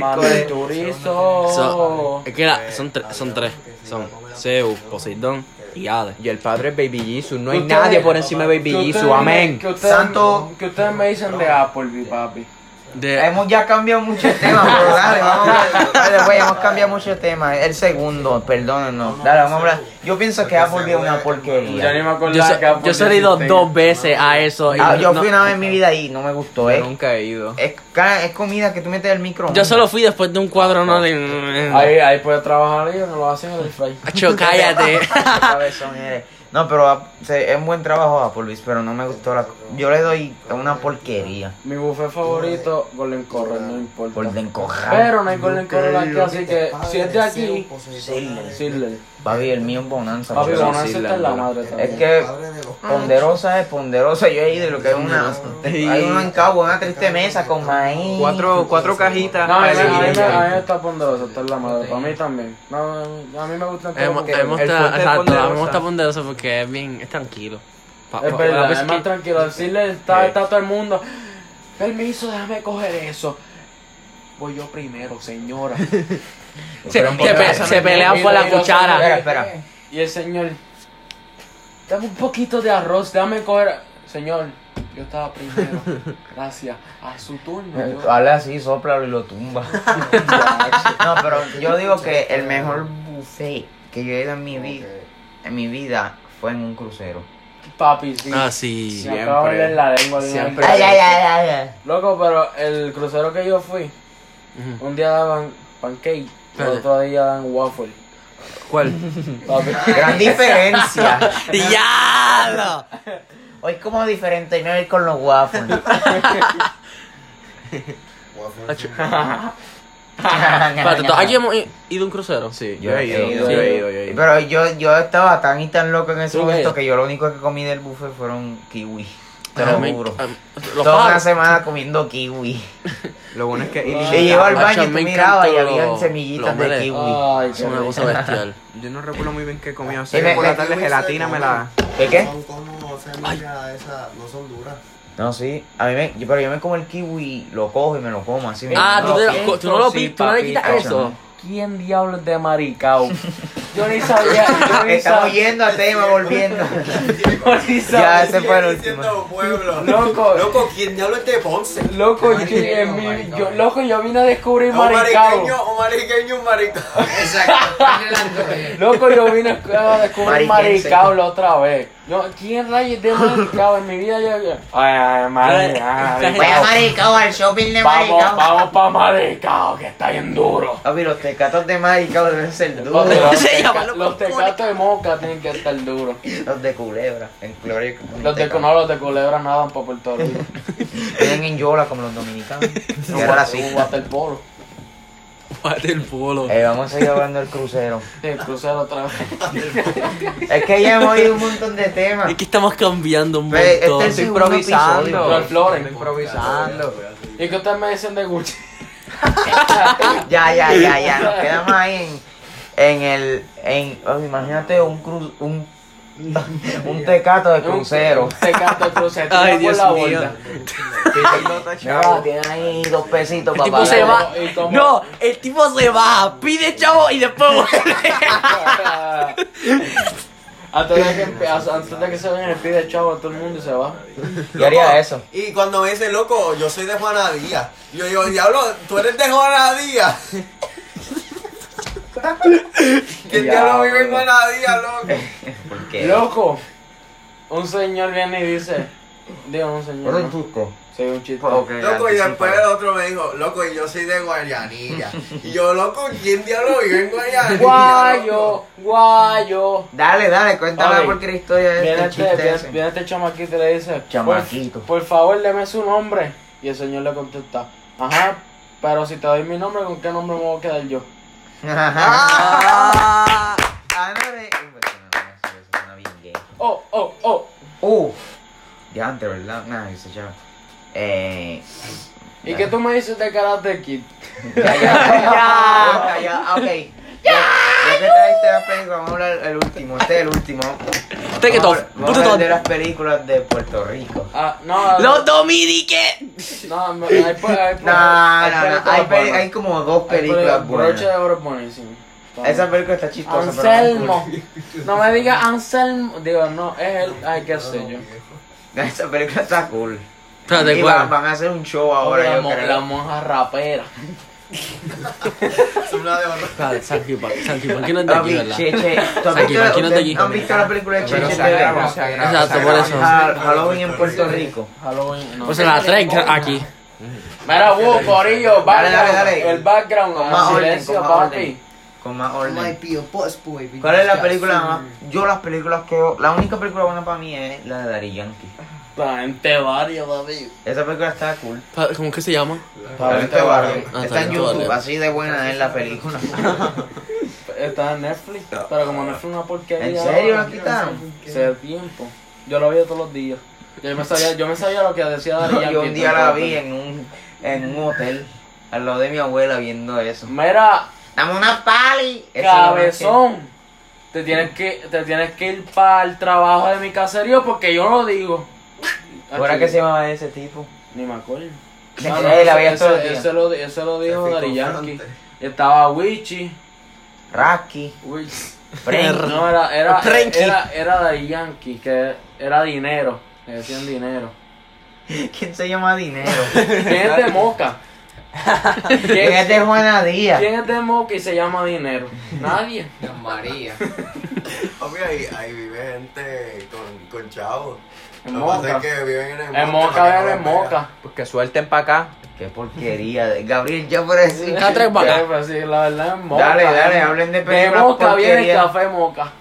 Speaker 3: Malenturizo.
Speaker 5: son, es que la- son, tre- son tres. Son Zeus, Poseidón y Hades.
Speaker 4: Y el padre es Baby Jesus, no hay
Speaker 3: Ustedes-
Speaker 4: nadie por encima de
Speaker 3: Que
Speaker 4: Baby
Speaker 3: ustedes
Speaker 4: Jesus,
Speaker 3: me-
Speaker 4: amén.
Speaker 3: que ustedes-
Speaker 2: Santo-
Speaker 3: Que ustedes me dicen de Applebee, papi.
Speaker 5: De,
Speaker 2: Hemos ya cambiado muchos temas, pero dale, vamos a hablar. Después hemos cambiado muchos temas. El segundo, perdónenos. Dale, vamos a hablar. Yo pienso que Apple es una
Speaker 3: Ya ni
Speaker 2: porquería.
Speaker 3: me acordaba
Speaker 5: yo, so-
Speaker 3: que Applebee
Speaker 5: yo solo he ido
Speaker 3: existía.
Speaker 5: dos veces a eso. y
Speaker 2: Ah, yo
Speaker 5: no-
Speaker 2: fui una vez en mi vida ahí, no me gustó,
Speaker 4: Yo
Speaker 2: eh.
Speaker 4: nunca he ido.
Speaker 2: Es, ca- es comida que tú metes al micro.
Speaker 5: yo solo fui después de un cuadro, no de.
Speaker 3: Ahí, ahí puede trabajar ellos, no lo hacen en el fray.
Speaker 5: Acho, cállate.
Speaker 2: Cabezón eres. No, pero ah, se- es un buen trabajo Applebee's, pero no me gustó la... Yo le doy una porquería
Speaker 3: Mi buffet favorito, Golden Corral, no importa.
Speaker 2: por de encojar.
Speaker 3: Pero no hay Golden Corral aquí, así que si es de aquí, Sidley.
Speaker 2: Papi, el mío es bonanza.
Speaker 3: Papi,
Speaker 2: muchacho.
Speaker 3: Bonanza está en la madre Ah,
Speaker 2: Es
Speaker 3: también.
Speaker 2: que ponderosa es ponderosa. Yo he ido y lo que es una... Hay uno en cabo, una triste mesa con maíz.
Speaker 4: Cuatro, cuatro cajitas.
Speaker 3: No, a mí, me- a mí me-
Speaker 4: Baby
Speaker 3: a mí me está ponderoso, está en la madre. Para mí también. No, no, no, a mí me gusta el
Speaker 5: Hemos
Speaker 4: El
Speaker 5: hemos
Speaker 4: fuerte
Speaker 5: está-
Speaker 4: es
Speaker 5: exacto,
Speaker 4: ponderosa.
Speaker 5: hemos está ponderoso porque es bien, es tranquilo. Pa-
Speaker 3: Es
Speaker 5: pa-
Speaker 3: verdad,
Speaker 5: la
Speaker 3: es
Speaker 5: vez
Speaker 3: más
Speaker 5: que-
Speaker 3: tranquilo. Decirle, está, está todo el mundo. Permiso, déjame coger eso. Voy yo primero, señora.
Speaker 5: se, se pe- se pelean por la
Speaker 3: Y los-
Speaker 2: Espera,
Speaker 5: cuchara.
Speaker 2: espera.
Speaker 3: Y el señor, dame un poquito de arroz, déjame coger. Señor, yo estaba primero. Gracias. A su turno. yo-
Speaker 2: Habla Eh, así, soplalo y lo tumba. no, pero yo digo que el mejor buffet que yo he ido en mi vida, en mi vida fue en un crucero.
Speaker 3: Papi, sí.
Speaker 5: Ah, sí.
Speaker 3: Me acabo de oler la lengua de una
Speaker 4: Siempre.
Speaker 3: vez.
Speaker 2: Ay, ay, ay, ay, ay.
Speaker 3: Loco, pero el crucero que yo fui,
Speaker 5: Ujú.
Speaker 3: un día daban pancake, el
Speaker 5: Espérate.
Speaker 3: otro día daban waffle.
Speaker 5: ¿Cuál?
Speaker 3: Papi.
Speaker 2: Gran diferencia.
Speaker 5: ¡Ya!
Speaker 2: Hoy como diferente y no ir con los waffles.
Speaker 5: Aquí hemos i- ido a un crucero.
Speaker 4: Sí, yo he ido, yo
Speaker 2: Sí.
Speaker 4: he ido, yo he ido.
Speaker 2: Pero yo, yo estaba tan y tan loco en ese
Speaker 5: ¿Tú
Speaker 2: momento
Speaker 5: qué?
Speaker 2: que yo lo único que comí del buffet fueron kiwi. Te
Speaker 5: Ah,
Speaker 2: lo
Speaker 5: me-
Speaker 2: juro.
Speaker 5: ah, Los
Speaker 2: Toda una
Speaker 5: pájaros.
Speaker 2: semana comiendo kiwi.
Speaker 4: Lo bueno es que
Speaker 2: Yo llego al baño y
Speaker 5: Macho,
Speaker 2: tú
Speaker 5: me
Speaker 2: mirabas y
Speaker 5: encanta
Speaker 2: había
Speaker 5: lo-
Speaker 2: semillitas
Speaker 5: lo
Speaker 2: de
Speaker 5: mele.
Speaker 2: kiwi.
Speaker 3: Ay,
Speaker 5: Es
Speaker 3: qué
Speaker 5: una
Speaker 3: rico.
Speaker 5: cosa bestial.
Speaker 4: Yo no recuerdo muy bien qué comía.
Speaker 2: Y
Speaker 4: Sé
Speaker 2: me-
Speaker 4: que por
Speaker 2: me-
Speaker 4: la tarde gelatina me la...
Speaker 2: ¿Qué qué?
Speaker 7: Son como semillas esas, no son duras.
Speaker 2: No, sí. A mí me, yo- pero yo me como el kiwi, lo cojo y me lo como así.
Speaker 5: Ah,
Speaker 2: mismo.
Speaker 5: tú, te
Speaker 4: siento,
Speaker 5: lo- tú no lo
Speaker 4: sí,
Speaker 5: pi- tú no le quitas
Speaker 2: papito.
Speaker 5: eso.
Speaker 3: ¿Quién diablos de maricao? Yo ni sabía. Yo ni
Speaker 2: Estamos
Speaker 3: sabía.
Speaker 2: yendo a tema, volviendo.
Speaker 3: yo ni
Speaker 2: ya,
Speaker 3: sabía.
Speaker 2: ese fue el último.
Speaker 7: Diciendo pueblo.
Speaker 3: Loco.
Speaker 7: Loco, ¿quién diablo es este de Ponce?
Speaker 3: Loco, yo, en mi- yo- loco, yo vine a descubrir
Speaker 7: Un mariqueño,
Speaker 3: maricao.
Speaker 7: un mariqueño, un maricao.
Speaker 3: Loco, yo vine a descubrir
Speaker 2: Mariquense.
Speaker 3: maricao la otra vez. Yo, ¿Quién rayos de maricao? En mi vida yo. yo- Ay, ay, mari- ay,
Speaker 9: Voy a Maricao, al shopping de
Speaker 3: Vamos,
Speaker 9: Maricao.
Speaker 3: vamos pa' maricao, que está bien duro.
Speaker 2: Papi, los tecatos de maricao deben ser duros.
Speaker 3: Papi, los,
Speaker 5: Se
Speaker 3: teca-
Speaker 5: llama lo-
Speaker 3: los tecatos de moca tienen que estar duros.
Speaker 2: Los de culebra. En culebra yo como
Speaker 3: Los de,
Speaker 2: tecato.
Speaker 3: no, los de culebra nadan pa' Puerto Rico.
Speaker 2: Vienen en yola como los dominicanos. Que era así.
Speaker 3: Un waterpolo.
Speaker 5: Bate el polo.
Speaker 2: Eh, vamos a seguir hablando del crucero.
Speaker 3: Sí, el crucero otra vez.
Speaker 2: Es que ya hemos oído un montón de temas.
Speaker 5: Es que estamos cambiando un
Speaker 2: Ve, este
Speaker 5: montón.
Speaker 2: es el improvisando.
Speaker 3: Ralph Lauren.
Speaker 4: improvisando.
Speaker 3: ¿Y qué ustedes me dicen de Gucci?
Speaker 2: Ya, ya, ya, ya. Nos quedamos ahí en, en el. En, oh, imagínate un cruz. Un, un tecato de crucero.
Speaker 3: Tecato de crucero.
Speaker 5: Ay,
Speaker 3: Ay,
Speaker 5: Dios
Speaker 3: Dios la
Speaker 5: mío.
Speaker 3: bolsa.
Speaker 2: No, tienen ahí dos pesitos
Speaker 5: El
Speaker 2: para
Speaker 5: tipo se
Speaker 2: pagar.
Speaker 5: va.
Speaker 3: ¿Y cómo?
Speaker 5: No, el tipo se va, pide chavo y después vuelve.
Speaker 3: Antes de que, empe- antes de que se vayan, le pide chavo a todo el mundo y se va.
Speaker 2: Yo haría eso.
Speaker 7: Y cuando me dicen, loco, yo soy de Juana Díaz. Yo digo, diablo, tú eres de Juana Díaz. ¿Quién diablo vive en Guanadía, loco?
Speaker 2: ¿Por qué?
Speaker 3: Loco, un señor viene y dice, digo un señor.
Speaker 2: ¿Eres un
Speaker 3: ¿no?
Speaker 2: turco?
Speaker 3: Sí, un chiste.
Speaker 2: Ok,
Speaker 7: Loco, y
Speaker 2: anticipa.
Speaker 7: después el otro me dijo, loco, y yo soy de Guayanilla. Y yo, loco, ¿quién diablo vive en Guayanilla?
Speaker 3: Guayo, guayo.
Speaker 2: Dale, dale, cuéntame
Speaker 3: Ok.
Speaker 2: por qué la historia es
Speaker 3: Viene
Speaker 2: el
Speaker 3: este,
Speaker 2: chiste
Speaker 3: viene,
Speaker 2: ese.
Speaker 3: viene este chamaquito y le dice, "Por-
Speaker 2: Chamaquito.
Speaker 3: Por, favor, deme su nombre. Y el señor le contesta, ajá, pero si te doy mi nombre, ¿con qué nombre me voy a quedar yo?
Speaker 2: Ah, Ana de... Uy, pues, no, eso- eso suena bien gay.
Speaker 3: Oh, oh, oh.
Speaker 2: Uf. Ya antes, ¿verdad? Nada, eso ya. Eh.
Speaker 3: ¿Y qué tú me dices de Karate Kid?
Speaker 2: Ya, ya, ya, ya, ya, ok. Ya, ya que traiste la película, vamos a hablar el último, este es el último.
Speaker 8: Take it
Speaker 2: Vamos a-
Speaker 8: off,
Speaker 2: Vamos
Speaker 8: put
Speaker 2: a
Speaker 8: it
Speaker 2: hablar
Speaker 8: on.
Speaker 2: de las películas de Puerto Rico.
Speaker 3: Ah, no,
Speaker 8: ¡Los dominique!
Speaker 3: no, no, hay, pues- hay, pues-
Speaker 2: No, no,
Speaker 3: hay
Speaker 2: no,
Speaker 3: películas
Speaker 2: hay, peli-
Speaker 3: buenas.
Speaker 2: hay como dos
Speaker 3: Hay
Speaker 2: películas
Speaker 3: Broche
Speaker 2: buenas.
Speaker 3: de oro buenísimo.
Speaker 2: Esa película está chistosa, pero...
Speaker 3: Anselmo. No me digas Anselmo. Digo, no, es él. Ay, qué sé yo.
Speaker 2: Esa película está cool.
Speaker 8: Espérate,
Speaker 2: y
Speaker 8: ¿cuál?
Speaker 2: van, van a hacer un show ahora,
Speaker 3: la,
Speaker 2: yo
Speaker 3: mo-
Speaker 2: creo.
Speaker 3: la monja rapera.
Speaker 7: Es una de horror.
Speaker 8: Espérate, San Gil, San Gil, ¿por qué no anda
Speaker 2: Papi,
Speaker 8: aquí, verdad?
Speaker 2: Cheche, ¿tú has
Speaker 8: Aquí,
Speaker 2: visto,
Speaker 8: aquí no
Speaker 2: ustedes
Speaker 8: está aquí.
Speaker 2: han visto la película de
Speaker 7: Pero
Speaker 2: Cheche
Speaker 7: se
Speaker 2: de
Speaker 7: agrava, se agrava.
Speaker 8: Exacto,
Speaker 7: se
Speaker 8: por
Speaker 7: agrava.
Speaker 8: eso.
Speaker 2: Ha- Halloween en Puerto Rico?
Speaker 3: Halloween, no.
Speaker 8: O sea, las Pues tres aquí.
Speaker 3: Mira, Wu, Corillo,
Speaker 2: Dale,
Speaker 3: background,
Speaker 2: dale, dale.
Speaker 3: El background,
Speaker 2: Con
Speaker 3: el
Speaker 2: más orden,
Speaker 3: silencio,
Speaker 2: con más
Speaker 3: papi.
Speaker 2: orden. Con más
Speaker 9: My
Speaker 2: orden.
Speaker 9: Pio Boss Boy.
Speaker 2: ¿Cuál es la película más? Yo las películas que yo... La única película buena para mí es la de Daddy Yankee.
Speaker 3: La gente varia, papi.
Speaker 2: Esa película está cool.
Speaker 8: Pa- ¿Cómo que se llama?
Speaker 2: Talento de barrio.
Speaker 8: Ah,
Speaker 2: Está en
Speaker 8: Talento de
Speaker 2: YouTube,
Speaker 8: Barrio.
Speaker 2: así de buena es la película.
Speaker 3: Está en Netflix, pero como Netflix es una porquería.
Speaker 2: ¿En serio la
Speaker 3: ahora,
Speaker 2: quitaron?
Speaker 3: Hace tiempo. Yo lo veía todos los días. Yo me sabía, yo me sabía lo que decía Dari
Speaker 2: Yo
Speaker 3: Yankee,
Speaker 2: un día la
Speaker 3: tanto.
Speaker 2: vi en un, en un hotel al lado de mi abuela viendo eso.
Speaker 3: Mira,
Speaker 2: Dame una pali. Eso es lo más que-
Speaker 3: cabezón. Te tienes que, te tienes que ir para el trabajo de mi caserío porque yo lo digo.
Speaker 2: ¿Ahora qué se llamaba ese tipo?
Speaker 3: Ni me acuerdo.
Speaker 2: Eh, eh, la veías
Speaker 3: ese-
Speaker 2: todos los días.
Speaker 3: ese lo, ese lo dijo Dari Yankee.
Speaker 7: confronte.
Speaker 3: Estaba Wichi.
Speaker 2: Rasky,
Speaker 3: Wichi.
Speaker 2: Frank.
Speaker 3: No, era, era,
Speaker 8: Frenkie.
Speaker 3: era, era Dari Yankee, que era dinero. Le decían dinero.
Speaker 2: ¿Quién se llama Dinero?
Speaker 3: ¿Quién es de Moca?
Speaker 2: ¿Quién
Speaker 3: ¿Quién,
Speaker 2: es de Juana Díaz?
Speaker 3: quién es de Moca y se llama dinero? Nadie.
Speaker 6: María.
Speaker 7: Papi, ahí, ahí vive gente con, con chavos.
Speaker 3: En
Speaker 7: Lo que pasa
Speaker 3: Moca.
Speaker 7: es que viven en el
Speaker 3: En
Speaker 7: monte,
Speaker 3: Moca,
Speaker 7: no
Speaker 3: era en
Speaker 7: la pegan.
Speaker 3: Moca.
Speaker 4: Pues que suelten para acá.
Speaker 2: Qué porquería. de- Gabriel, ya por decir.
Speaker 8: Está tres vacas.
Speaker 3: Sí, pues sí, la verdad es Moca.
Speaker 2: Dale, dale, hablen de
Speaker 3: De
Speaker 2: películas
Speaker 3: Moca viene el
Speaker 2: porquerías.
Speaker 3: café Moca.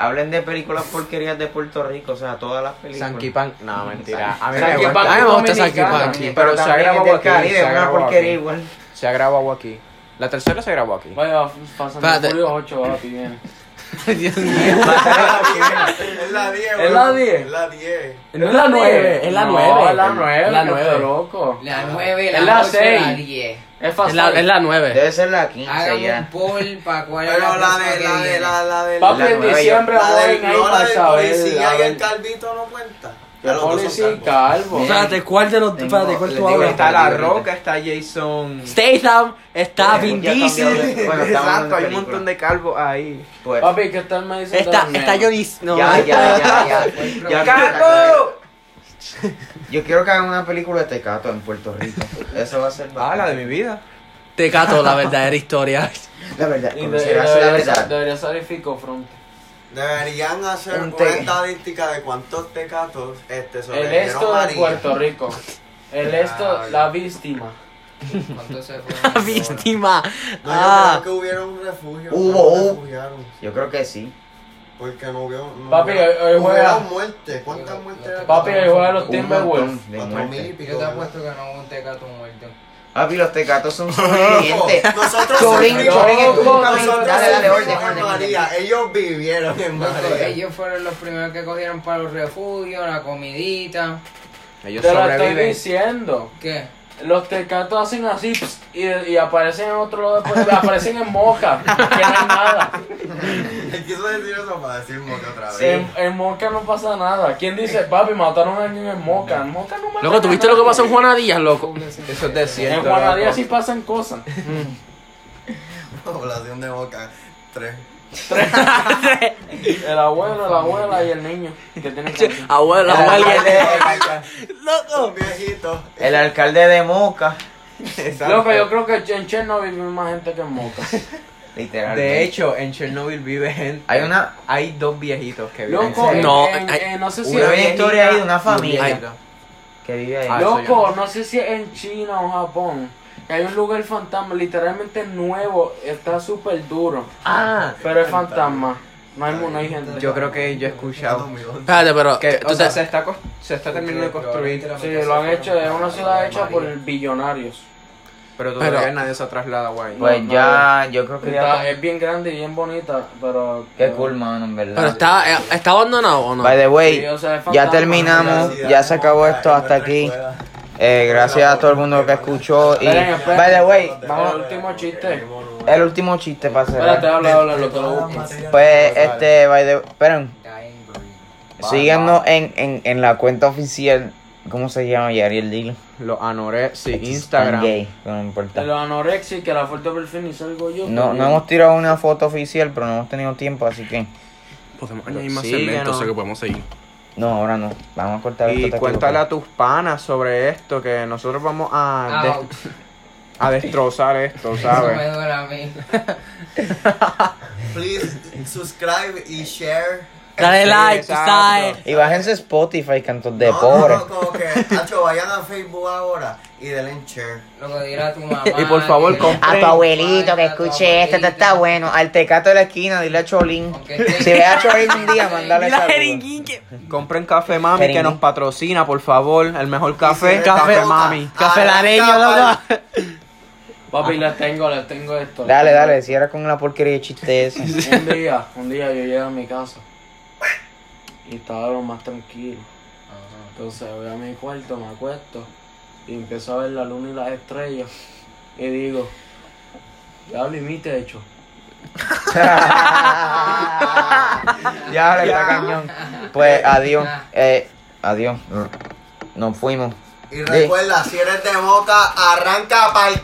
Speaker 2: Hablen de películas porquerías de Puerto Rico, o sea, todas las películas.
Speaker 4: Sankipan. No, mentira. A mí me
Speaker 3: Sanky
Speaker 4: gusta.
Speaker 3: Pan
Speaker 4: A mí me
Speaker 3: es
Speaker 4: gusta
Speaker 3: dominicano.
Speaker 4: Sankipan.
Speaker 2: También,
Speaker 4: Pero se ha
Speaker 2: también es
Speaker 4: grabado
Speaker 2: del
Speaker 4: aquí.
Speaker 2: Caribe,
Speaker 4: Se ha
Speaker 2: una
Speaker 4: grabado
Speaker 2: porquería
Speaker 4: aquí.
Speaker 2: igual.
Speaker 4: Se ha grabado aquí. La tercera se grabó aquí.
Speaker 3: Vaya, pasando
Speaker 8: Espérate.
Speaker 3: Julio 8, papi, viene.
Speaker 8: Dios mío.
Speaker 7: Es la 10,
Speaker 3: Es la 10.
Speaker 7: Es la 10.
Speaker 8: No es la nueve, es la
Speaker 3: No,
Speaker 8: nueve.
Speaker 3: es la 9.
Speaker 8: La
Speaker 3: que
Speaker 8: nueve.
Speaker 3: estoy loco.
Speaker 6: La 9,
Speaker 3: Es
Speaker 6: la
Speaker 3: la
Speaker 6: 8, la
Speaker 3: seis.
Speaker 6: 10.
Speaker 3: Es fácil.
Speaker 8: Es la, es la nueve.
Speaker 2: Debe ser la 15
Speaker 6: Hagan
Speaker 2: ya.
Speaker 6: un poll para cuál es
Speaker 7: Pero la
Speaker 6: próxima
Speaker 7: de,
Speaker 6: que
Speaker 7: la de,
Speaker 6: viene.
Speaker 7: la, la de.
Speaker 3: Papi,
Speaker 2: La
Speaker 3: en
Speaker 2: nueve,
Speaker 3: diciembre
Speaker 7: la
Speaker 3: voy
Speaker 7: del,
Speaker 3: ahí
Speaker 7: no, la
Speaker 3: para
Speaker 7: del
Speaker 3: saber. a
Speaker 7: policía y el
Speaker 3: ver.
Speaker 7: calvito no cuenta. Ya
Speaker 3: El
Speaker 7: los dos
Speaker 3: policía
Speaker 7: son
Speaker 3: y
Speaker 7: calvos.
Speaker 3: calvo.
Speaker 8: Espérate, ¿cuál de los espérate, ¿cuál tú
Speaker 2: Tengo-
Speaker 8: hablas?
Speaker 4: Está La
Speaker 2: Ahorita.
Speaker 4: Roca, está Jason.
Speaker 8: Statham, está
Speaker 2: Ya
Speaker 8: Vin
Speaker 2: cambió de-
Speaker 8: Diesel,
Speaker 2: Bueno, estamos
Speaker 4: Exacto, hay
Speaker 2: en
Speaker 4: un
Speaker 2: película.
Speaker 4: montón de calvos ahí.
Speaker 2: Pues,
Speaker 3: Papi, ¿qué tal me dicen?
Speaker 8: está,
Speaker 3: del
Speaker 8: está
Speaker 3: negro?
Speaker 8: Johnny... No,
Speaker 2: ya, ya, ya, ya. pues. ya
Speaker 4: ¡Calvo!
Speaker 2: Yo quiero que hagan una película de Tecato en Puerto Rico. Eso va a ser
Speaker 4: Ah, la de
Speaker 2: bacán.
Speaker 4: mi vida.
Speaker 8: Tecato, la verdadera historia.
Speaker 2: La verdad,
Speaker 3: Y de-
Speaker 2: conocerás la
Speaker 3: debería-
Speaker 2: verdad.
Speaker 3: Debería salir Fico Front.
Speaker 7: Deberían hacer
Speaker 2: Un
Speaker 7: una
Speaker 2: te-
Speaker 7: estadística de cuántos tecatos este
Speaker 3: El
Speaker 7: sobrevivieron
Speaker 3: esto
Speaker 7: a
Speaker 3: de
Speaker 7: María.
Speaker 3: Puerto Rico. El esto,
Speaker 6: Ay.
Speaker 3: la víctima.
Speaker 6: ¿Cuántos se
Speaker 8: La
Speaker 6: fueron?
Speaker 8: víctima.
Speaker 7: No, yo
Speaker 8: Ah,
Speaker 7: creo que hubieron un refugio.
Speaker 2: Hubo,
Speaker 7: pero no
Speaker 2: hubo.
Speaker 7: refugiaron,
Speaker 2: Yo creo que sí.
Speaker 7: Porque no hubo. No
Speaker 3: Papi,
Speaker 7: hubo-
Speaker 3: hoy- hoy juega-
Speaker 7: hubieron muertes. ¿Cuántas muertes eran?
Speaker 3: Papi, hoy juegan los
Speaker 2: Un
Speaker 3: Timberwolves.
Speaker 2: montón de
Speaker 7: Cuatro mil y
Speaker 2: muertes.
Speaker 7: pico.
Speaker 6: Yo te
Speaker 7: ¿verdad?
Speaker 6: apuesto que no hubo un tecato muerto.
Speaker 2: Papi, los Tecatos son sobrevivientes.
Speaker 7: Nosotros
Speaker 2: Chorín,
Speaker 7: sufrimos-
Speaker 2: Chorín estuvo
Speaker 7: nosotros
Speaker 2: caminando. Dale, dale,
Speaker 7: sufrimos
Speaker 2: orden, orden,
Speaker 7: en María. Ellos vivieron en
Speaker 6: Loco,
Speaker 7: María.
Speaker 6: ellos fueron los primeros que cogieron para los refugios, la comidita.
Speaker 4: Ellos
Speaker 3: Te lo estoy
Speaker 4: sobreviven.
Speaker 3: diciendo.
Speaker 6: ¿Qué?
Speaker 3: Los tecatos hacen así pss, y, y aparecen en otro lado después. aparecen en Moca. Que no hay nada.
Speaker 7: Quiso decir eso para decir moca otra vez.
Speaker 3: En, en Moca no pasa nada. ¿Quién dice, papi, mataron a alguien en Moca? En Moca no mataron.
Speaker 8: loco, ¿tuviste lo que pasó en Juana Díaz, loco?
Speaker 4: Eso es desierto.
Speaker 3: En Juanadía
Speaker 4: loco.
Speaker 3: sí pasan cosas.
Speaker 7: Población de boca. Tres.
Speaker 3: El abuelo, la abuela y el niño. Que tienen que
Speaker 8: Abuelo,
Speaker 2: El
Speaker 8: abuelo.
Speaker 2: alcalde-
Speaker 7: Un
Speaker 8: Loco.
Speaker 7: viejito.
Speaker 2: El alcalde de Moca.
Speaker 3: Loco, yo creo que en Chernobyl vive más gente que en Moca.
Speaker 2: Literal.
Speaker 4: De hecho, en Chernobyl vive gente.
Speaker 2: Hay una-
Speaker 4: Hay dos viejitos que viven.
Speaker 3: Loco,
Speaker 2: en-
Speaker 8: No,
Speaker 3: en-
Speaker 8: hay-
Speaker 3: en- no sé si
Speaker 2: una
Speaker 3: en-
Speaker 2: vieja historia ahí de una
Speaker 4: Un
Speaker 2: familia
Speaker 4: viejito.
Speaker 2: que vive ahí.
Speaker 4: Ah, eso yo
Speaker 3: Loco,
Speaker 4: no sé.
Speaker 3: no sé si es en China o Japón. Que hay un lugar fantasma, literalmente nuevo, está súper duro.
Speaker 2: Ah,
Speaker 3: Pero es fantasma. No hay, mu- no hay gente.
Speaker 4: Yo creo que yo he escuchado.
Speaker 8: Espérate, pero.
Speaker 4: Que,
Speaker 8: tú
Speaker 4: o sea,
Speaker 8: te-
Speaker 4: se está, cos- se está terminando de construir.
Speaker 3: Sí, lo han hecho, es una ciudad hecha por billonarios.
Speaker 4: Pero todavía
Speaker 8: Pero-
Speaker 4: nadie se ha trasladado guay.
Speaker 2: pues
Speaker 3: no,
Speaker 2: ya, yo creo que
Speaker 3: Está-
Speaker 2: ya.
Speaker 3: es bien grande y bien bonita, pero...
Speaker 2: Qué
Speaker 3: pero-
Speaker 2: cool, mano, en verdad.
Speaker 8: Pero está, eh, está abandonado o no?
Speaker 2: By the way,
Speaker 3: Sí, o sea, es
Speaker 2: ya
Speaker 3: fantasma,
Speaker 2: terminamos, ya se acabó esto hasta aquí. Eh, gracias a todo el mundo que escuchó y
Speaker 3: Esperen, esperen.
Speaker 2: by the way,
Speaker 3: Vamos al último chiste.
Speaker 2: el último chiste para
Speaker 3: Espérate,
Speaker 2: cerrar.
Speaker 3: habla, habla, lo que lo
Speaker 7: Ah,
Speaker 3: busco.
Speaker 2: Pues este, by the esperen. Síguenos en, en, en la cuenta oficial, ¿cómo se llama? Yariel Dilo.
Speaker 4: Los anoré, sí,
Speaker 2: Tan
Speaker 4: Instagram.
Speaker 2: gay, pero no importa.
Speaker 3: De los anorexia que la foto de perfil ni salgo yo.
Speaker 2: No, no hemos tirado una foto oficial, pero no hemos tenido tiempo, así que
Speaker 8: Podemos añadir más
Speaker 4: Sí,
Speaker 8: segmentos,
Speaker 4: no.
Speaker 8: o sea que podemos seguir.
Speaker 2: no, ahora no. Vamos a cortar esto
Speaker 4: Y
Speaker 2: hasta que
Speaker 4: cuéntale
Speaker 2: lo-
Speaker 4: a tus panas sobre esto, que nosotros vamos
Speaker 8: Ah,
Speaker 4: a, des- a destrozar esto,
Speaker 6: Eso me
Speaker 4: ¿sabes?
Speaker 6: duele a mí.
Speaker 7: Please subscribe y share.
Speaker 8: Dale
Speaker 4: Sí,
Speaker 8: like, tú
Speaker 4: exacto.
Speaker 8: sabes.
Speaker 2: Y bájense Spotify, cantos de
Speaker 7: No, no,
Speaker 2: pobre.
Speaker 7: No, como que, Hacho, vayan a Facebook ahora y denle en share.
Speaker 6: Lo que dirá tu mamá.
Speaker 4: Y por favor,
Speaker 6: que-
Speaker 4: compren-
Speaker 6: Ay,
Speaker 2: A tu abuelito que
Speaker 6: a tu
Speaker 2: escuche este, esto, esto
Speaker 6: abuelita.
Speaker 2: está bueno. Al tecato de la esquina, dile a Cholín.
Speaker 6: Aunque esté-
Speaker 2: Si ve a Cholín un día, mandale saludos.
Speaker 4: Compren Café Mami que
Speaker 2: Jeringuilla.
Speaker 4: nos patrocina, por favor. El mejor
Speaker 7: Y
Speaker 4: café,
Speaker 7: si ah,
Speaker 4: Café
Speaker 7: les gusta,
Speaker 4: Mami.
Speaker 8: Café Lareño,
Speaker 7: arranca
Speaker 8: loco.
Speaker 3: Papi, las tengo, las tengo esto. las
Speaker 2: Dale,
Speaker 3: tengo.
Speaker 2: dale, cierra con la porquería de chiste ese.
Speaker 3: Un día, un día yo llegué a mi casa y estaba lo más tranquilo. Entonces voy a mi cuarto, me acuesto y empiezo a ver la luna y las estrellas y digo, ya abrí mi techo.
Speaker 2: ya, le está cañón. Pues adiós. Eh, adiós. Nos fuimos.
Speaker 7: Y recuerda, si eres de Moca, arranca para